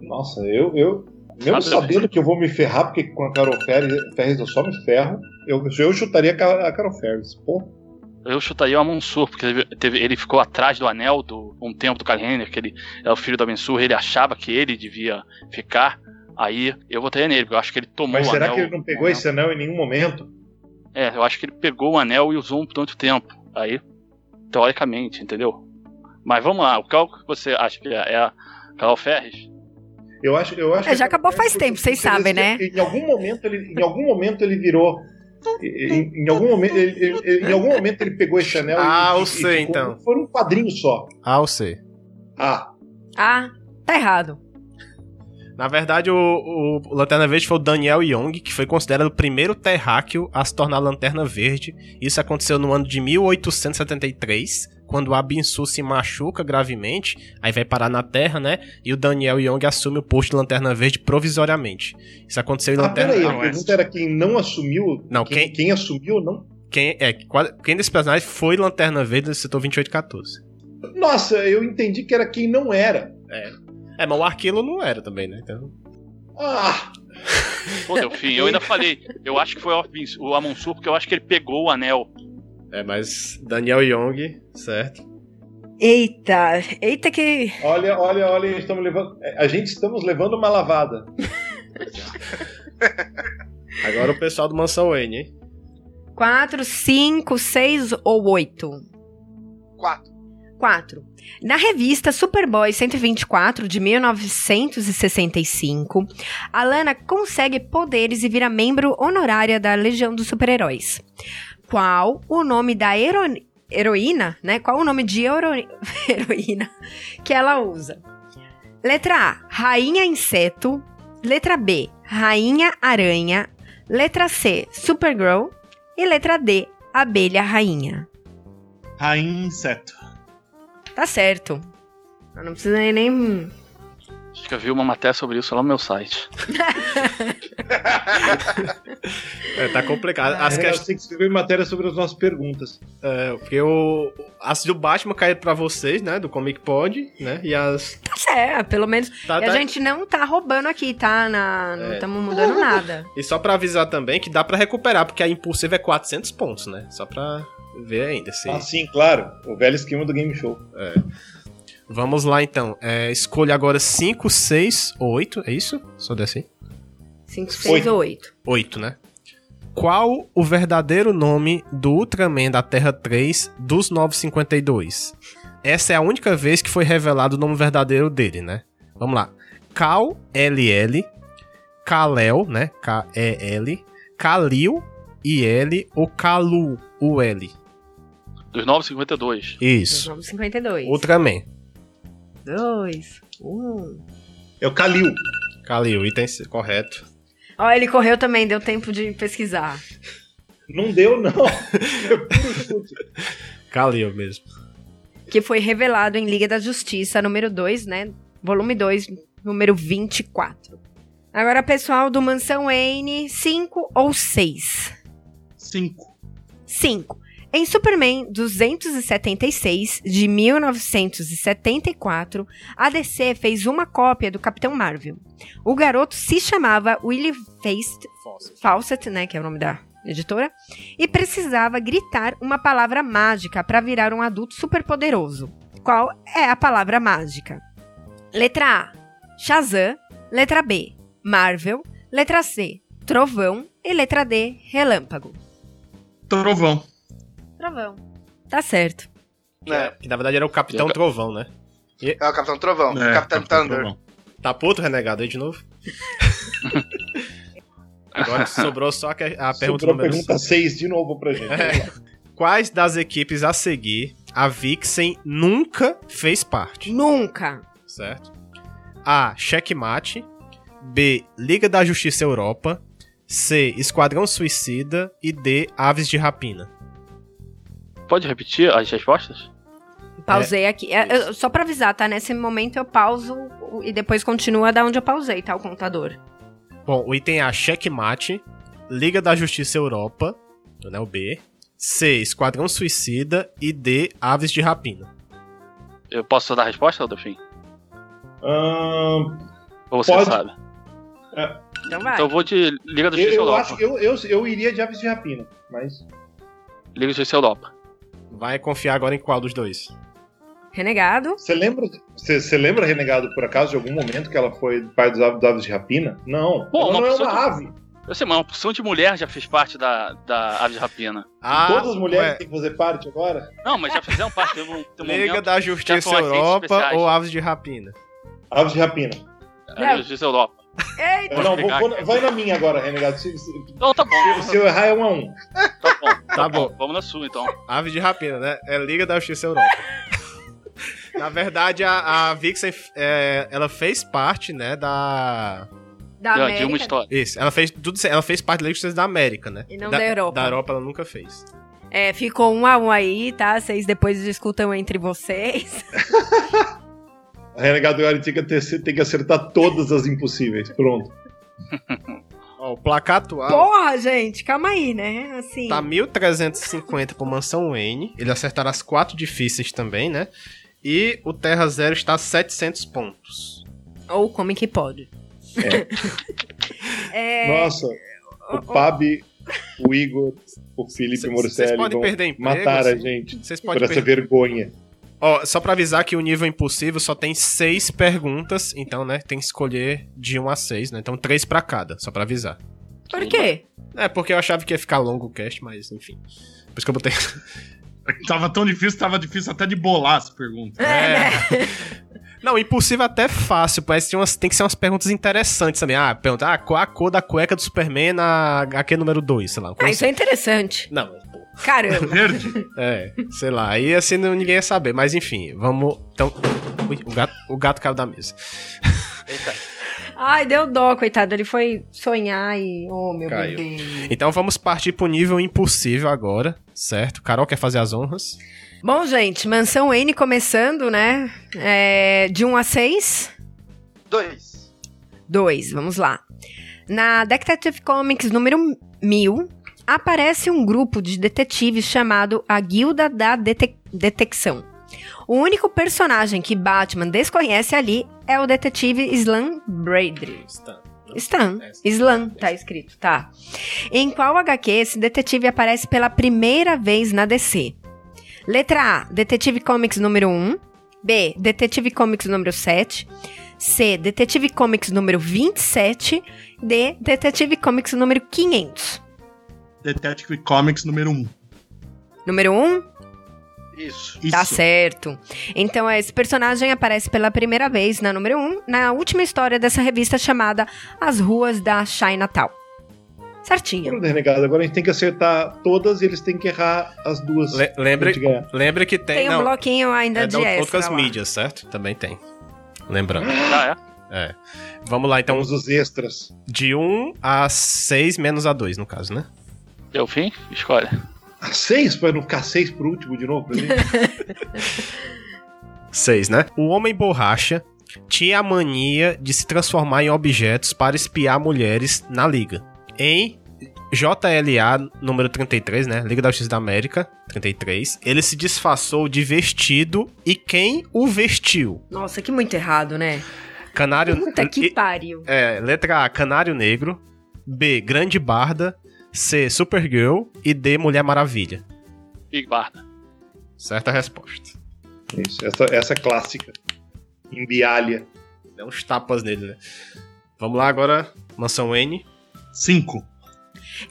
[SPEAKER 6] Nossa, eu. eu mesmo
[SPEAKER 7] Ah,
[SPEAKER 6] sabendo que eu vou me ferrar, porque com a Carol Ferris, Ferris eu só me ferro, eu, eu chutaria a Ca- a Carol Ferris. Pô,
[SPEAKER 7] Eu chutaria o Amonsur, porque teve- teve- ele ficou atrás do anel do um tempo do Kyle Henry, que ele é o filho do Amensur, ele achava que ele devia ficar. Aí eu votaria nele, porque eu acho que ele
[SPEAKER 3] Um
[SPEAKER 7] tomou
[SPEAKER 6] mas
[SPEAKER 7] o
[SPEAKER 6] será
[SPEAKER 7] anel.
[SPEAKER 6] que ele não pegou
[SPEAKER 7] o
[SPEAKER 6] esse anel em nenhum momento?
[SPEAKER 7] É, eu acho que ele pegou o anel e usou por tanto tempo. Aí, teoricamente, entendeu? Mas vamos lá, o cálculo que você acha que é, é a Carol Ferres?
[SPEAKER 6] Eu acho, eu acho
[SPEAKER 2] É,
[SPEAKER 6] que
[SPEAKER 2] já
[SPEAKER 6] a Carol
[SPEAKER 2] acabou faz
[SPEAKER 6] Ferris-
[SPEAKER 2] tempo, vocês
[SPEAKER 6] porque
[SPEAKER 2] sabem, né?
[SPEAKER 6] Em algum momento ele, em algum momento ele virou. Em, em algum momento, ele, ele- em algum momento ele pegou esse anel
[SPEAKER 3] Ah,
[SPEAKER 6] e,
[SPEAKER 3] eu sei,
[SPEAKER 6] ficou-
[SPEAKER 3] então.
[SPEAKER 6] Foi um quadrinho só.
[SPEAKER 3] A ou C?
[SPEAKER 6] Ah,
[SPEAKER 2] Ah, tá errado.
[SPEAKER 3] Na verdade, o, o Lanterna Verde foi o Daniel Young, que foi considerado o primeiro terráqueo a se tornar Lanterna Verde. Isso aconteceu no ano de 1873, quando o Abinsu se machuca gravemente, aí vai parar na Terra, né? E o Daniel Young assume o posto de Lanterna Verde provisoriamente. Isso aconteceu em
[SPEAKER 6] ah
[SPEAKER 3] Lanterna
[SPEAKER 6] peraí,
[SPEAKER 3] Verde.
[SPEAKER 6] a pergunta era quem não assumiu.
[SPEAKER 3] Não, quem-
[SPEAKER 6] quem, quem assumiu não
[SPEAKER 3] Quem, é, qual- quem desses personagens foi Lanterna Verde do setor 2814?
[SPEAKER 6] Nossa, eu entendi que era quem não era.
[SPEAKER 3] É, mas o Arquilo não era também, né? Então...
[SPEAKER 6] Ah,
[SPEAKER 7] Pô, Delfim, eu ainda falei, eu acho que foi o Avins- o Amonsur, porque eu acho que ele pegou o anel.
[SPEAKER 3] É, mas Daniel Young, certo?
[SPEAKER 2] Eita, eita que.
[SPEAKER 6] olha, olha, olha, estamos levando, a gente estamos levando uma lavada.
[SPEAKER 3] Agora o pessoal do Mansão Wayne, hein?
[SPEAKER 2] 4, 5, 6 ou 8?
[SPEAKER 4] Quatro.
[SPEAKER 2] 4. Na revista Superboy 124 de 1965, Alana consegue poderes e vira membro honorária da Legião dos Super-Heróis. Qual o nome da hero- heroína, né? Qual o nome de hero- heroína que ela usa? Letra A, Rainha Inseto. Letra B, Rainha Aranha. Letra C, Supergirl. E letra D, Abelha Rainha.
[SPEAKER 5] Rainha inseto.
[SPEAKER 2] Tá certo. Eu não precisa nem- nem.
[SPEAKER 7] Acho que eu vi uma matéria sobre isso lá no meu site.
[SPEAKER 3] É, tá complicado. As
[SPEAKER 6] Agora
[SPEAKER 3] questões.
[SPEAKER 6] você tem que escrever matéria sobre as nossas perguntas.
[SPEAKER 3] É, porque o, as do Batman caíram pra vocês, né? Do Comic Pod, né? E as.
[SPEAKER 2] Tá certo, pelo menos.
[SPEAKER 3] Tá,
[SPEAKER 2] e a
[SPEAKER 3] tá-
[SPEAKER 2] gente não tá roubando aqui, tá? Na... Não
[SPEAKER 3] É.
[SPEAKER 2] estamos mudando nada.
[SPEAKER 3] E só pra avisar também que dá pra recuperar, porque a impulsiva é 400 pontos, né? Só pra ver ainda. Se...
[SPEAKER 6] Ah, sim, claro. O velho esquema do game show.
[SPEAKER 3] Vamos lá então. É, escolha agora 5, 6 ou 8, é isso? Só desce aí.
[SPEAKER 2] 5, 6 ou 8.
[SPEAKER 3] 8, né? Qual o verdadeiro nome do Ultraman da Terra 3 dos 952? Essa é a única vez que foi revelado o nome verdadeiro dele, né? Vamos lá. Kal LL, Kalel, né? K E L, Kalil I L ou Kalu U L.
[SPEAKER 7] Dos 952.
[SPEAKER 3] Isso.
[SPEAKER 2] Vamos 52.
[SPEAKER 3] Ultraman.
[SPEAKER 2] 2, 1.
[SPEAKER 6] É o Kalil.
[SPEAKER 3] Kalil, item C, correto.
[SPEAKER 2] Ó, ele correu também, deu tempo de pesquisar.
[SPEAKER 6] Não deu, não. É puro chute.
[SPEAKER 3] Kalil mesmo.
[SPEAKER 2] Que foi revelado em Liga da Justiça, número 2, né? Volume 2, número 24. Agora, pessoal do Mansão Wayne, 5 ou 6?
[SPEAKER 5] Cinco.
[SPEAKER 2] 5. Em Superman 276, de 1974, a DC fez uma cópia do Capitão Marvel. O garoto se chamava Willie Feist, Fawcett, né, que é o nome da editora, e precisava gritar uma palavra mágica para virar um adulto superpoderoso. Qual é a palavra mágica? Letra A, Shazam. Letra B, Marvel. Letra C, Trovão. E letra D, Relâmpago.
[SPEAKER 5] Trovão.
[SPEAKER 2] Trovão. Tá certo.
[SPEAKER 4] É.
[SPEAKER 3] Que na verdade era o Capitão
[SPEAKER 7] Eu-
[SPEAKER 3] Trovão, né?
[SPEAKER 4] É o Capitão Trovão. Capitão, Thunder.
[SPEAKER 5] Trovão.
[SPEAKER 3] Tá puto, renegado aí de novo? Agora sobrou só a, que- a pergunta
[SPEAKER 6] Sobrou a
[SPEAKER 3] número
[SPEAKER 5] um
[SPEAKER 6] pergunta 6 de novo pra gente.
[SPEAKER 3] É. quais das equipes a seguir a Vixen nunca fez parte,
[SPEAKER 2] Nunca.
[SPEAKER 3] certo? A. Checkmate. B. Liga da Justiça Europa. C. Esquadrão Suicida. E D. Aves de Rapina.
[SPEAKER 7] Pode repetir as respostas?
[SPEAKER 2] Pausei aqui. É, eu- só pra avisar, tá? Nesse momento eu pauso o- e depois continua da onde eu pausei, tá? O contador.
[SPEAKER 3] Bom, o item é A. Checkmate. Liga da Justiça Europa. Né, o B. C. Esquadrão Suicida. E D. Aves de Rapina.
[SPEAKER 7] Eu posso dar a resposta, Delfim?
[SPEAKER 6] Ahn,
[SPEAKER 7] Ou você
[SPEAKER 6] Pode.
[SPEAKER 7] sabe?
[SPEAKER 2] Então vai.
[SPEAKER 7] Então eu vou de Liga da
[SPEAKER 6] eu,
[SPEAKER 7] Justiça
[SPEAKER 6] eu
[SPEAKER 7] Europa.
[SPEAKER 6] acho que eu, eu, eu iria de aves de rapina, mas.
[SPEAKER 7] Liga da Justiça Europa.
[SPEAKER 3] Vai confiar agora em qual dos dois?
[SPEAKER 2] Renegado.
[SPEAKER 6] Você lembra, você, você lembra, Renegado, por acaso, de algum momento que ela foi pai dos aves, das aves de rapina? Não.
[SPEAKER 7] Bom,
[SPEAKER 6] ela
[SPEAKER 7] uma
[SPEAKER 6] não é
[SPEAKER 7] pessoa
[SPEAKER 6] uma
[SPEAKER 7] que-
[SPEAKER 6] ave.
[SPEAKER 7] Eu sei, mas uma opção de mulher já fez parte da, da Aves de Rapina.
[SPEAKER 3] Ah,
[SPEAKER 6] Todas as mulheres
[SPEAKER 3] ué,
[SPEAKER 6] têm que fazer parte agora?
[SPEAKER 7] Não, mas já fizeram parte. Teve um, teve um
[SPEAKER 3] Liga
[SPEAKER 7] momento.
[SPEAKER 3] da
[SPEAKER 7] já
[SPEAKER 3] Justiça
[SPEAKER 7] são agentes
[SPEAKER 3] Europa
[SPEAKER 7] especiais.
[SPEAKER 3] ou Aves de Rapina?
[SPEAKER 6] Aves de rapina.
[SPEAKER 7] é, Liga da Justiça Europa.
[SPEAKER 6] Eu
[SPEAKER 7] Pode
[SPEAKER 6] não, vou,
[SPEAKER 7] pegar
[SPEAKER 6] vou-
[SPEAKER 7] aqui.
[SPEAKER 6] vai na minha agora, Renegado. Se, se-
[SPEAKER 7] Não, tá bom.
[SPEAKER 6] se eu errar, é um a um.
[SPEAKER 7] Tá bom.
[SPEAKER 3] Tá bom.
[SPEAKER 7] Vamos na sua, então.
[SPEAKER 3] Aves de Rapina, né? É Liga da Justiça Europa. Na verdade, a, a Vixen, é, ela fez parte, né, da...
[SPEAKER 2] Da
[SPEAKER 7] De-
[SPEAKER 2] América.
[SPEAKER 7] de uma história.
[SPEAKER 3] Isso, ela fez tudo, certo, ela fez parte da Liga da Justiça da América, né?
[SPEAKER 2] E não da Europa.
[SPEAKER 3] Da Europa ela nunca fez.
[SPEAKER 2] É, ficou um a um aí, tá? Vocês depois discutam entre vocês.
[SPEAKER 6] A Renegado agora tem que, ter- tem que acertar todas as impossíveis. Pronto.
[SPEAKER 3] Ó, o placar atual
[SPEAKER 2] Porra, gente, calma aí, né? Assim.
[SPEAKER 3] Ah. tá 1.350 pro Mansão Wayne. Ele acertará as quatro difíceis também, né? E o Terra Zero está a 700 pontos.
[SPEAKER 2] Ou como é que pode? É.
[SPEAKER 6] Nossa, o Pab, o Igor, o Felipe
[SPEAKER 3] Cês-
[SPEAKER 6] Morcelli
[SPEAKER 3] cês podem
[SPEAKER 6] vão
[SPEAKER 3] perder emprego,
[SPEAKER 6] matar a
[SPEAKER 3] assim.
[SPEAKER 6] gente
[SPEAKER 3] Vocês
[SPEAKER 6] por
[SPEAKER 3] podem
[SPEAKER 6] essa vergonha.
[SPEAKER 3] Ó, só pra avisar que o nível impossível só tem seis perguntas, então, né, tem que escolher de um a seis, né? Então três pra cada, só pra avisar.
[SPEAKER 2] Por quê?
[SPEAKER 3] É, porque eu achava que ia ficar longo o cast, mas enfim. Por isso que eu botei.
[SPEAKER 5] Tava tão difícil, tava difícil até de bolar essa pergunta.
[SPEAKER 2] né?
[SPEAKER 3] É. Não, impossível até é fácil, mas tem, umas, tem que ser umas perguntas interessantes também. Ah, pergunta, ah, qual a cor da cueca do Superman na HQ número 2, sei lá. uma
[SPEAKER 2] Ah,
[SPEAKER 3] coisa
[SPEAKER 2] isso é interessante.
[SPEAKER 3] assim. Não, mas, pô.
[SPEAKER 2] Caramba.
[SPEAKER 5] Verde?
[SPEAKER 3] É, sei lá. Aí assim não- ninguém ia saber, mas enfim, vamos. Então. Ui, o gato, o gato caiu da mesa.
[SPEAKER 7] Eita.
[SPEAKER 2] Ai, deu dó, coitado. Ele foi sonhar e. Oh, meu
[SPEAKER 3] Caiu.
[SPEAKER 2] bebê.
[SPEAKER 3] Então vamos partir pro nível impossível agora, certo? Carol quer fazer as honras.
[SPEAKER 2] Bom, gente, Mansão N começando, né? É, de 1 a 6.
[SPEAKER 4] Dois.
[SPEAKER 2] 2, vamos lá. Na Detective Comics número 1000, aparece um grupo de detetives chamado a Guilda da Dete- Detecção. O único personagem que Batman desconhece ali é o detetive Slan Bradley. Stan. Slan, tá escrito, tá. Em qual HQ esse detetive aparece pela primeira vez na DC? Letra A, Detetive Comics número 1. B, Detetive Comics número 7. C, Detetive Comics número 27. D, Detetive Comics número 500.
[SPEAKER 5] Detective Comics número 1.
[SPEAKER 2] Número 1,
[SPEAKER 4] Isso.
[SPEAKER 5] Isso.
[SPEAKER 2] Tá certo. Então, esse personagem aparece pela primeira vez na número 1, na última história dessa revista chamada As Ruas da Chinatown. Certinho.
[SPEAKER 6] Pronto, Renegado, agora a gente tem que acertar todas e eles têm que errar as duas.
[SPEAKER 3] Le-
[SPEAKER 6] pra
[SPEAKER 3] lembra,
[SPEAKER 6] gente ganhar.
[SPEAKER 3] lembra que tem.
[SPEAKER 2] Tem, um
[SPEAKER 3] não,
[SPEAKER 2] bloquinho ainda
[SPEAKER 3] é
[SPEAKER 2] de
[SPEAKER 3] da
[SPEAKER 2] extra
[SPEAKER 3] outras
[SPEAKER 2] lá.
[SPEAKER 3] mídias, certo? Também tem. Lembrando.
[SPEAKER 7] Ah, é?
[SPEAKER 3] É. Vamos lá, então.
[SPEAKER 6] Temos os extras.
[SPEAKER 3] De 1 a 6 menos a 2, no caso, né?
[SPEAKER 7] Delfim, escolhe.
[SPEAKER 6] Ah, seis? Pra não ficar seis por último de novo pra mim?
[SPEAKER 3] 6, né? O Homem Borracha tinha a mania de se transformar em objetos para espiar mulheres na Liga. Em JLA número 33, né? Liga da Justiça da América 33. Ele se disfarçou de vestido e quem o vestiu?
[SPEAKER 2] Nossa, que muito errado, né?
[SPEAKER 3] Canário.
[SPEAKER 2] Puta que
[SPEAKER 3] e-
[SPEAKER 2] pariu.
[SPEAKER 3] É, letra A, Canário Negro. B, Grande Barda. C, Supergirl. E D, Mulher Maravilha.
[SPEAKER 7] Big Barda.
[SPEAKER 3] Certa resposta.
[SPEAKER 6] Isso, essa, essa é clássica. Embialha.
[SPEAKER 3] Dá uns tapas nele, né? Vamos lá agora, Mansão N.
[SPEAKER 5] 5.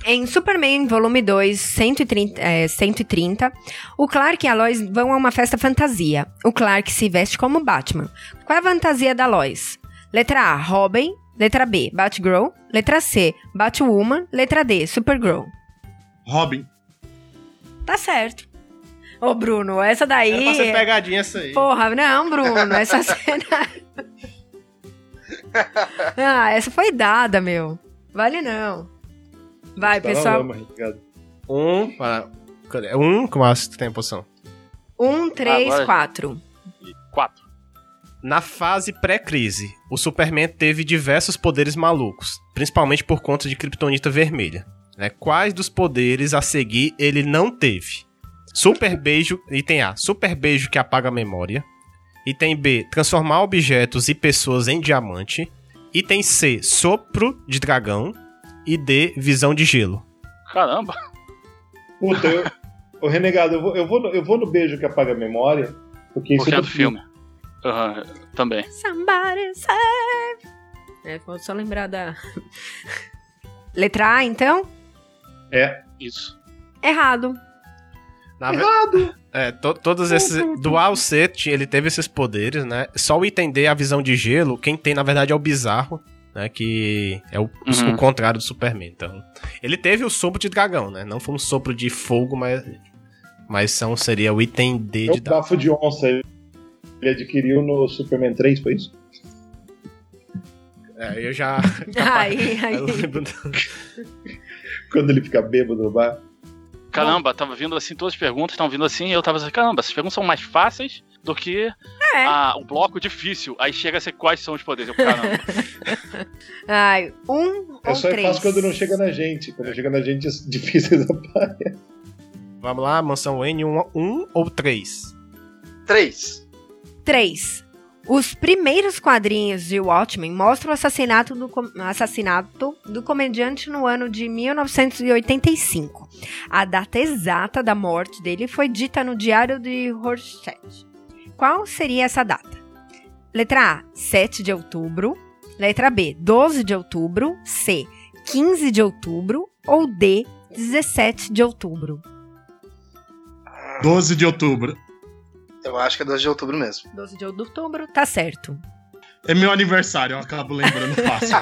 [SPEAKER 2] Em Superman, volume 2, 130, é, 130, o Clark e a Lois vão a uma festa fantasia. O Clark se veste como Batman. Qual é a fantasia da Lois? Letra A, Robin. Letra B, Batgirl. Letra C, Batwoman. Letra D, Supergirl.
[SPEAKER 5] Robin.
[SPEAKER 2] Tá certo. Ô, Bruno, essa daí.
[SPEAKER 3] Era pra ser pegadinha essa aí.
[SPEAKER 2] Porra, não, Bruno, essa cena. ah, essa foi dada, meu. Vale não. Vai,
[SPEAKER 6] Tá na
[SPEAKER 2] É, pessoal.
[SPEAKER 6] lama, Ricardo.
[SPEAKER 3] Um para. cadê? Um, como é que tem a posição?
[SPEAKER 2] Um, três,
[SPEAKER 7] Agora-
[SPEAKER 2] quatro.
[SPEAKER 7] Quatro.
[SPEAKER 3] Na fase pré-crise, o Superman teve diversos poderes malucos, principalmente por conta de Kryptonita Vermelha. né? Quais dos poderes a seguir ele não teve? Super beijo, item A, super beijo que apaga a memória. Item B, transformar objetos e pessoas em diamante. Item C, sopro de dragão. E D, visão de gelo.
[SPEAKER 7] Caramba.
[SPEAKER 6] Puta, eu, Ô, renegado, eu vou, eu, vou no, eu vou no beijo que apaga a memória, porque isso
[SPEAKER 7] Porque é
[SPEAKER 6] é
[SPEAKER 7] do filme. Aham, também.
[SPEAKER 2] Somebody save. né, É, vou só lembrar da. Letra A, então?
[SPEAKER 6] É.
[SPEAKER 7] Isso.
[SPEAKER 2] Errado.
[SPEAKER 3] Na Errado! É, to- todos esses. Do A ao C, ti- ele teve esses poderes, né? Só o item D, a visão de gelo, quem tem, na verdade, é o bizarro, né? Que é o,
[SPEAKER 7] Uhum.
[SPEAKER 3] o contrário do Superman. Então. Ele teve o sopro de dragão, né? Não foi um sopro de fogo, mas. Mas são, seria o item D
[SPEAKER 6] É
[SPEAKER 3] de
[SPEAKER 6] o
[SPEAKER 3] dragão.
[SPEAKER 6] bafo de onça. Ele adquiriu no Superman 3, foi isso?
[SPEAKER 3] É, eu já.
[SPEAKER 2] Aí,
[SPEAKER 3] eu
[SPEAKER 2] aí.
[SPEAKER 3] lembro-
[SPEAKER 6] Quando ele fica bêbado no bar.
[SPEAKER 7] Caramba, tava vindo assim, todas as perguntas estavam vindo assim, e eu tava assim, caramba, essas perguntas são mais fáceis do que
[SPEAKER 2] É.
[SPEAKER 7] a- o bloco difícil. Aí chega a ser quais são os poderes. Eu, caramba.
[SPEAKER 2] Ai, um
[SPEAKER 6] É
[SPEAKER 2] ou
[SPEAKER 6] só é
[SPEAKER 2] três.
[SPEAKER 6] fácil quando não chega na gente. Quando chega na gente, é difícil da praia.
[SPEAKER 3] Vamos lá, mansão N, um, um ou três?
[SPEAKER 4] Três.
[SPEAKER 2] 3. Os primeiros quadrinhos de Watchmen mostram o assassinato do, com- assassinato do comediante no ano de 1985. A data exata da morte dele foi dita no diário de Rorschach. Qual seria essa data? Letra A, 7 de outubro. Letra B, 12 de outubro. C, 15 de outubro. Ou D, 17 de outubro.
[SPEAKER 5] 12 de outubro.
[SPEAKER 4] Eu acho que é 12 de outubro mesmo.
[SPEAKER 2] 12 de outubro, tá certo.
[SPEAKER 5] É meu aniversário, eu acabo lembrando fácil.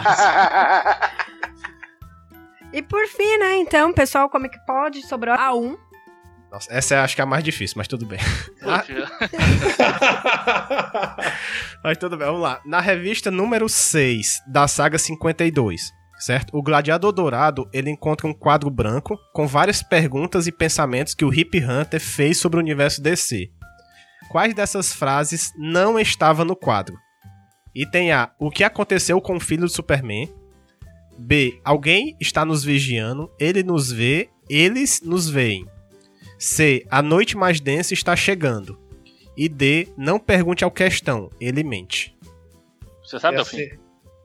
[SPEAKER 2] E por fim, né? Então, pessoal, como é que pode? Sobrou a 1.
[SPEAKER 3] Nossa, essa eu acho que é a mais difícil, mas tudo bem.
[SPEAKER 7] Poxa,
[SPEAKER 3] Mas tudo bem, vamos lá. Na revista número 6 da saga 52, certo? O gladiador dourado, ele encontra um quadro branco com várias perguntas e pensamentos que o Hip Hunter fez sobre o universo DC. Quais dessas frases não estava no quadro? Item A. O que aconteceu com o filho do Superman? B. Alguém está nos vigiando, ele nos vê, eles nos veem. C. A noite mais densa está chegando. E D, não pergunte ao questão, ele mente.
[SPEAKER 7] você sabe,
[SPEAKER 6] É a,
[SPEAKER 7] Delfim?
[SPEAKER 6] C.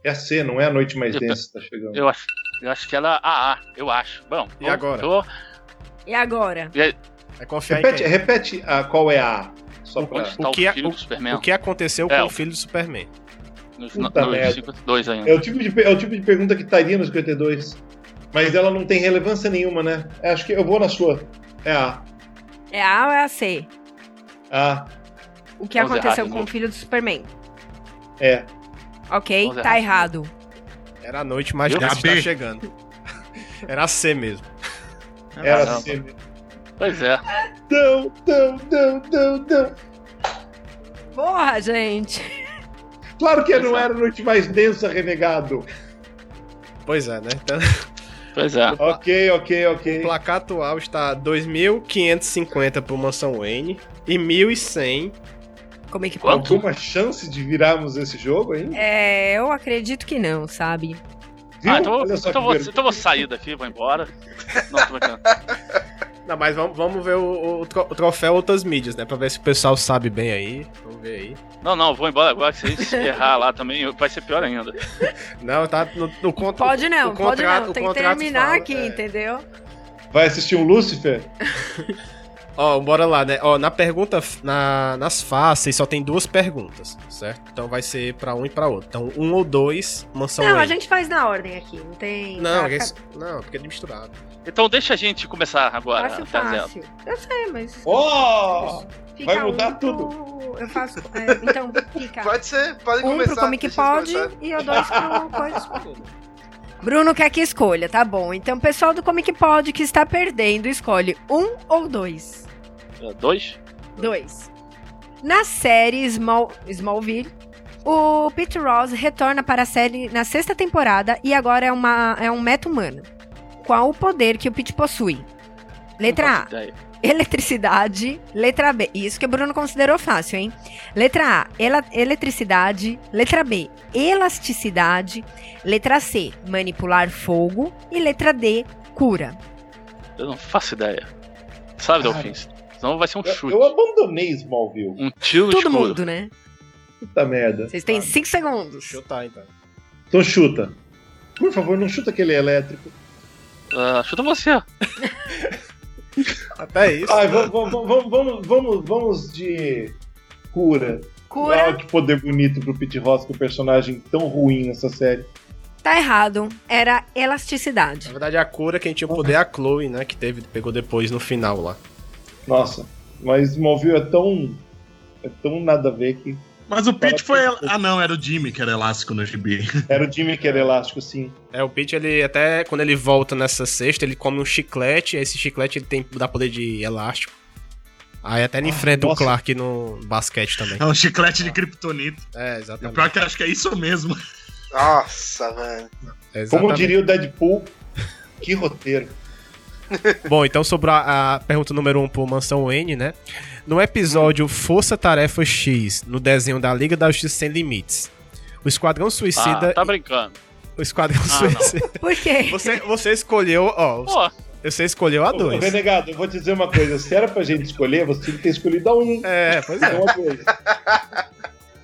[SPEAKER 6] é a C, não é a noite mais
[SPEAKER 7] Eu
[SPEAKER 6] densa, tá chegando.
[SPEAKER 7] Eu acho, eu acho que ela. Ah, ah, eu acho. Bom,
[SPEAKER 3] E agora?
[SPEAKER 7] Tô,
[SPEAKER 2] E agora?
[SPEAKER 3] É confiar em
[SPEAKER 6] Repete,
[SPEAKER 3] quem?
[SPEAKER 6] repete a, qual é a A. Só
[SPEAKER 7] onde
[SPEAKER 6] pra...
[SPEAKER 7] está o,
[SPEAKER 3] que é-
[SPEAKER 7] filho
[SPEAKER 3] o-
[SPEAKER 7] do Superman?
[SPEAKER 3] O que aconteceu
[SPEAKER 7] É,
[SPEAKER 3] com
[SPEAKER 7] o-
[SPEAKER 3] o filho do Superman?
[SPEAKER 7] Nos,
[SPEAKER 6] Puta
[SPEAKER 7] nos
[SPEAKER 6] merda.
[SPEAKER 7] 52 ainda.
[SPEAKER 6] é, o tipo de, pe- é o tipo de pergunta que estaria no 52. Mas ela não tem relevância nenhuma, né? É, acho que eu vou na sua. É a
[SPEAKER 2] É a A ou é a C?
[SPEAKER 6] A.
[SPEAKER 2] O que
[SPEAKER 7] Vamos errar
[SPEAKER 2] aconteceu
[SPEAKER 7] de
[SPEAKER 2] com o
[SPEAKER 7] novo.
[SPEAKER 2] filho do Superman?
[SPEAKER 6] É.
[SPEAKER 2] Ok,
[SPEAKER 7] Vamos
[SPEAKER 2] tá
[SPEAKER 7] errar.
[SPEAKER 2] errado.
[SPEAKER 3] Era a noite mais
[SPEAKER 7] Eu?
[SPEAKER 3] densa
[SPEAKER 5] A
[SPEAKER 3] está
[SPEAKER 5] B.
[SPEAKER 3] chegando. Era a C mesmo.
[SPEAKER 6] Era
[SPEAKER 7] Caramba.
[SPEAKER 6] a C.
[SPEAKER 7] Pois é.
[SPEAKER 6] Não, não, não, não, não.
[SPEAKER 2] Porra, gente.
[SPEAKER 6] Claro que não era a noite mais densa, renegado.
[SPEAKER 3] Pois é, né? Então,
[SPEAKER 7] Pois é.
[SPEAKER 6] Ok, ok,
[SPEAKER 3] o
[SPEAKER 6] ok.
[SPEAKER 3] placar atual está 2.550 pro Mansão Wayne e 1.100.
[SPEAKER 2] Como é que pode?
[SPEAKER 7] Quanto?
[SPEAKER 6] Alguma chance de virarmos esse jogo ainda?
[SPEAKER 2] É, eu acredito que não, sabe?
[SPEAKER 6] Viu?
[SPEAKER 7] Ah, então,
[SPEAKER 6] Olha só
[SPEAKER 7] então
[SPEAKER 6] que
[SPEAKER 7] vou,
[SPEAKER 6] vergonha.
[SPEAKER 7] então vou sair daqui, vou embora. Não, tô brincando.
[SPEAKER 3] Não, mas vamos, vamos ver o, o tro- o troféu outras mídias, né? Pra ver se o pessoal sabe bem aí. Vamos ver aí.
[SPEAKER 7] Não, não, vou embora agora. Se vocês errar lá também, vai ser pior ainda.
[SPEAKER 3] Não, tá no, no contra-
[SPEAKER 2] Pode não,
[SPEAKER 3] o
[SPEAKER 2] pode
[SPEAKER 3] contrato-
[SPEAKER 2] não.
[SPEAKER 3] o
[SPEAKER 2] Tem que
[SPEAKER 3] contrato
[SPEAKER 2] terminar
[SPEAKER 3] fala,
[SPEAKER 2] aqui,
[SPEAKER 3] é.
[SPEAKER 2] entendeu?
[SPEAKER 6] Vai assistir um Lúcifer?
[SPEAKER 3] Ó, bora lá, né? Ó, na pergunta, na- nas fáceis só tem duas perguntas, certo? Então vai ser pra um e pra outro. Então, um ou dois, mansão
[SPEAKER 2] não, a
[SPEAKER 3] Wayne.
[SPEAKER 2] gente faz na ordem aqui, não tem.
[SPEAKER 3] Não,
[SPEAKER 2] tá,
[SPEAKER 3] é
[SPEAKER 2] fica
[SPEAKER 3] isso- não, porque é misturado.
[SPEAKER 7] Então deixa a gente começar agora.
[SPEAKER 2] Fácil,
[SPEAKER 7] tá zero.
[SPEAKER 2] fácil. Eu sei, mas.
[SPEAKER 6] Oh!
[SPEAKER 2] fica
[SPEAKER 6] vai mudar
[SPEAKER 2] um
[SPEAKER 6] tudo.
[SPEAKER 2] pro- Eu faço. é, então, fica.
[SPEAKER 4] Pode ser, pode
[SPEAKER 2] Um
[SPEAKER 4] começar.
[SPEAKER 2] pro Comic
[SPEAKER 4] deixa eles
[SPEAKER 2] Pod
[SPEAKER 4] começarem.
[SPEAKER 2] e eu dois pro Coisa. Bruno quer que escolha, é tá bom. Então, pessoal do Comic Pod que está perdendo, escolhe um ou dois.
[SPEAKER 7] É, Dois?
[SPEAKER 2] 2. Na série Small, Smallville, o Peter Ross retorna para a série na sexta temporada e agora é, uma, é um meta-humano. Qual o poder que o Pete possui?
[SPEAKER 7] Não
[SPEAKER 2] Letra A,
[SPEAKER 7] faço ideia.
[SPEAKER 2] eletricidade. Letra B, isso que o Bruno considerou fácil, hein? Letra A, ela, eletricidade. Letra B, elasticidade. Letra C, manipular fogo. E letra D, cura.
[SPEAKER 7] Eu não faço ideia. Sabe,
[SPEAKER 6] Cara.
[SPEAKER 7] Delfins? Senão vai ser um
[SPEAKER 6] Eu,
[SPEAKER 7] chute.
[SPEAKER 6] eu abandonei Smallville.
[SPEAKER 7] Um tiro no
[SPEAKER 2] Todo
[SPEAKER 7] escuro.
[SPEAKER 2] mundo, né?
[SPEAKER 6] Puta merda.
[SPEAKER 2] Vocês têm 5 segundos.
[SPEAKER 3] Chutar, então.
[SPEAKER 6] Então chuta. Por favor, não chuta aquele elétrico.
[SPEAKER 7] Ah, chuta você.
[SPEAKER 3] Até isso.
[SPEAKER 6] Ai, vamos, vamos, vamos, vamos, vamos, vamos de cura.
[SPEAKER 2] Cura.
[SPEAKER 6] Ah, que poder bonito pro Pete Ross, que é um personagem tão ruim nessa série.
[SPEAKER 2] Tá errado. Era elasticidade.
[SPEAKER 3] Na verdade, a cura quem tinha o poder é a Chloe, né? Que teve, pegou depois no final lá.
[SPEAKER 6] Nossa, mas Smallville é tão. é tão nada a ver que.
[SPEAKER 5] Mas o Pete
[SPEAKER 6] Cara,
[SPEAKER 5] foi.
[SPEAKER 6] que-
[SPEAKER 5] Ah, não, era o Jimmy que era elástico no gibi.
[SPEAKER 6] Era o Jimmy que era elástico, sim.
[SPEAKER 3] É, o Pete, ele até quando ele volta nessa sexta, ele come um chiclete, esse chiclete ele tem, dá poder de elástico. Aí até ele enfrenta
[SPEAKER 6] nossa.
[SPEAKER 3] o Clark no basquete também.
[SPEAKER 5] É um chiclete de kryptonita.
[SPEAKER 3] É,
[SPEAKER 5] E o
[SPEAKER 3] exatamente.
[SPEAKER 5] pior que eu acho que é isso mesmo.
[SPEAKER 4] Nossa, velho.
[SPEAKER 3] exatamente.
[SPEAKER 6] Como diria o Deadpool, que roteiro.
[SPEAKER 3] Bom, então sobre a, a pergunta número 1 um por Mansão N, né? No episódio Força Tarefa X, no desenho da Liga da Justiça Sem Limites, o Esquadrão Suicida.
[SPEAKER 7] Ah, tá brincando.
[SPEAKER 3] O Esquadrão
[SPEAKER 7] Ah, não.
[SPEAKER 3] Suicida.
[SPEAKER 2] Por quê?
[SPEAKER 3] Você, você escolheu, ó,
[SPEAKER 7] Pô,
[SPEAKER 3] você escolheu a
[SPEAKER 6] Ô,
[SPEAKER 3] 2.
[SPEAKER 6] Renegado, eu vou te dizer uma coisa. Se era pra gente escolher, você tinha que ter escolhido a um.
[SPEAKER 3] É, pois
[SPEAKER 6] É
[SPEAKER 3] é.
[SPEAKER 6] uma coisa.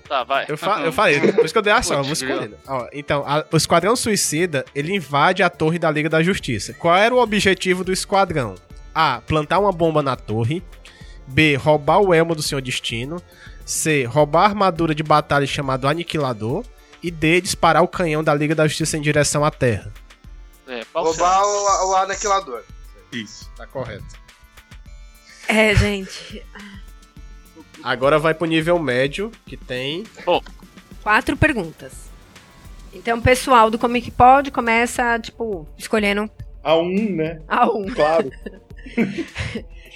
[SPEAKER 7] tá, vai.
[SPEAKER 3] Eu, fa eu falei, por isso que eu dei a ação, eu vou escolher. Ó, então, a- o Esquadrão Suicida, ele invade a torre da Liga da Justiça. Qual era o objetivo do esquadrão? A. Plantar uma bomba na torre. B. Roubar o elmo do Senhor Destino. C. Roubar a armadura de batalha chamado Aniquilador. E D. Disparar o canhão da Liga da Justiça em direção à Terra.
[SPEAKER 7] É, qual
[SPEAKER 4] Roubar
[SPEAKER 7] será?
[SPEAKER 4] o, o aniquilador.
[SPEAKER 5] Isso.
[SPEAKER 3] Tá correto.
[SPEAKER 2] É, gente.
[SPEAKER 3] Agora vai pro nível médio, que tem...
[SPEAKER 2] Quatro perguntas. Então, o pessoal do Comic Pod começa, tipo, escolhendo
[SPEAKER 6] A um, né?
[SPEAKER 2] a um.
[SPEAKER 6] Claro.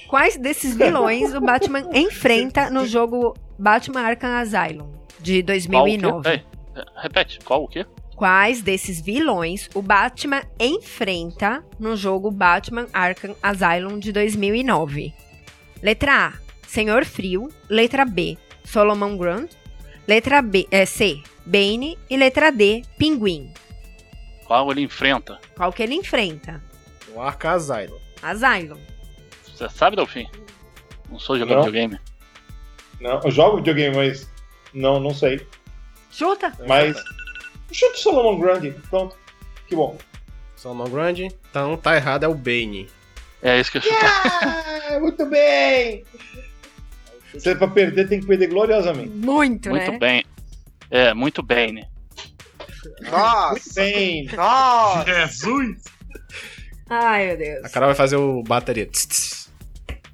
[SPEAKER 2] Quais desses vilões o Batman enfrenta no jogo Batman Arkham Asylum de
[SPEAKER 7] Qual é? o quê?
[SPEAKER 2] 2009?
[SPEAKER 7] Peraí, é, repete, qual o quê?
[SPEAKER 2] Quais desses vilões o Batman enfrenta no jogo Batman Arkham Asylum de 2009? Letra A, Senhor Frio. Letra B, Solomon Grant. Letra B, é, C, Bane. E letra D, Pinguim.
[SPEAKER 7] Qual ele enfrenta?
[SPEAKER 2] Qual que ele enfrenta?
[SPEAKER 3] O Arca Asylum.
[SPEAKER 2] Asylum.
[SPEAKER 7] Você sabe, Delfim? Não sou jogador
[SPEAKER 6] Não.
[SPEAKER 7] de videogame.
[SPEAKER 6] Não, eu jogo videogame, mas. Não, não sei.
[SPEAKER 2] Chuta.
[SPEAKER 6] Mas. Chuta o Solomon Grande. Pronto. Que bom.
[SPEAKER 3] Solomon Grande. Então, tá errado, é o Bane.
[SPEAKER 7] É isso que eu chuto.
[SPEAKER 6] Ah, muito bem! Você é pra perder tem que perder gloriosamente.
[SPEAKER 2] Muito,
[SPEAKER 7] Muito
[SPEAKER 2] né?
[SPEAKER 7] bem. É, muito bem, né?
[SPEAKER 6] Muito
[SPEAKER 4] Nossa.
[SPEAKER 6] bem!
[SPEAKER 4] Nossa.
[SPEAKER 5] É, Jesus!
[SPEAKER 2] Ai, meu Deus.
[SPEAKER 3] A Carol vai fazer o bateria. Tss, tss.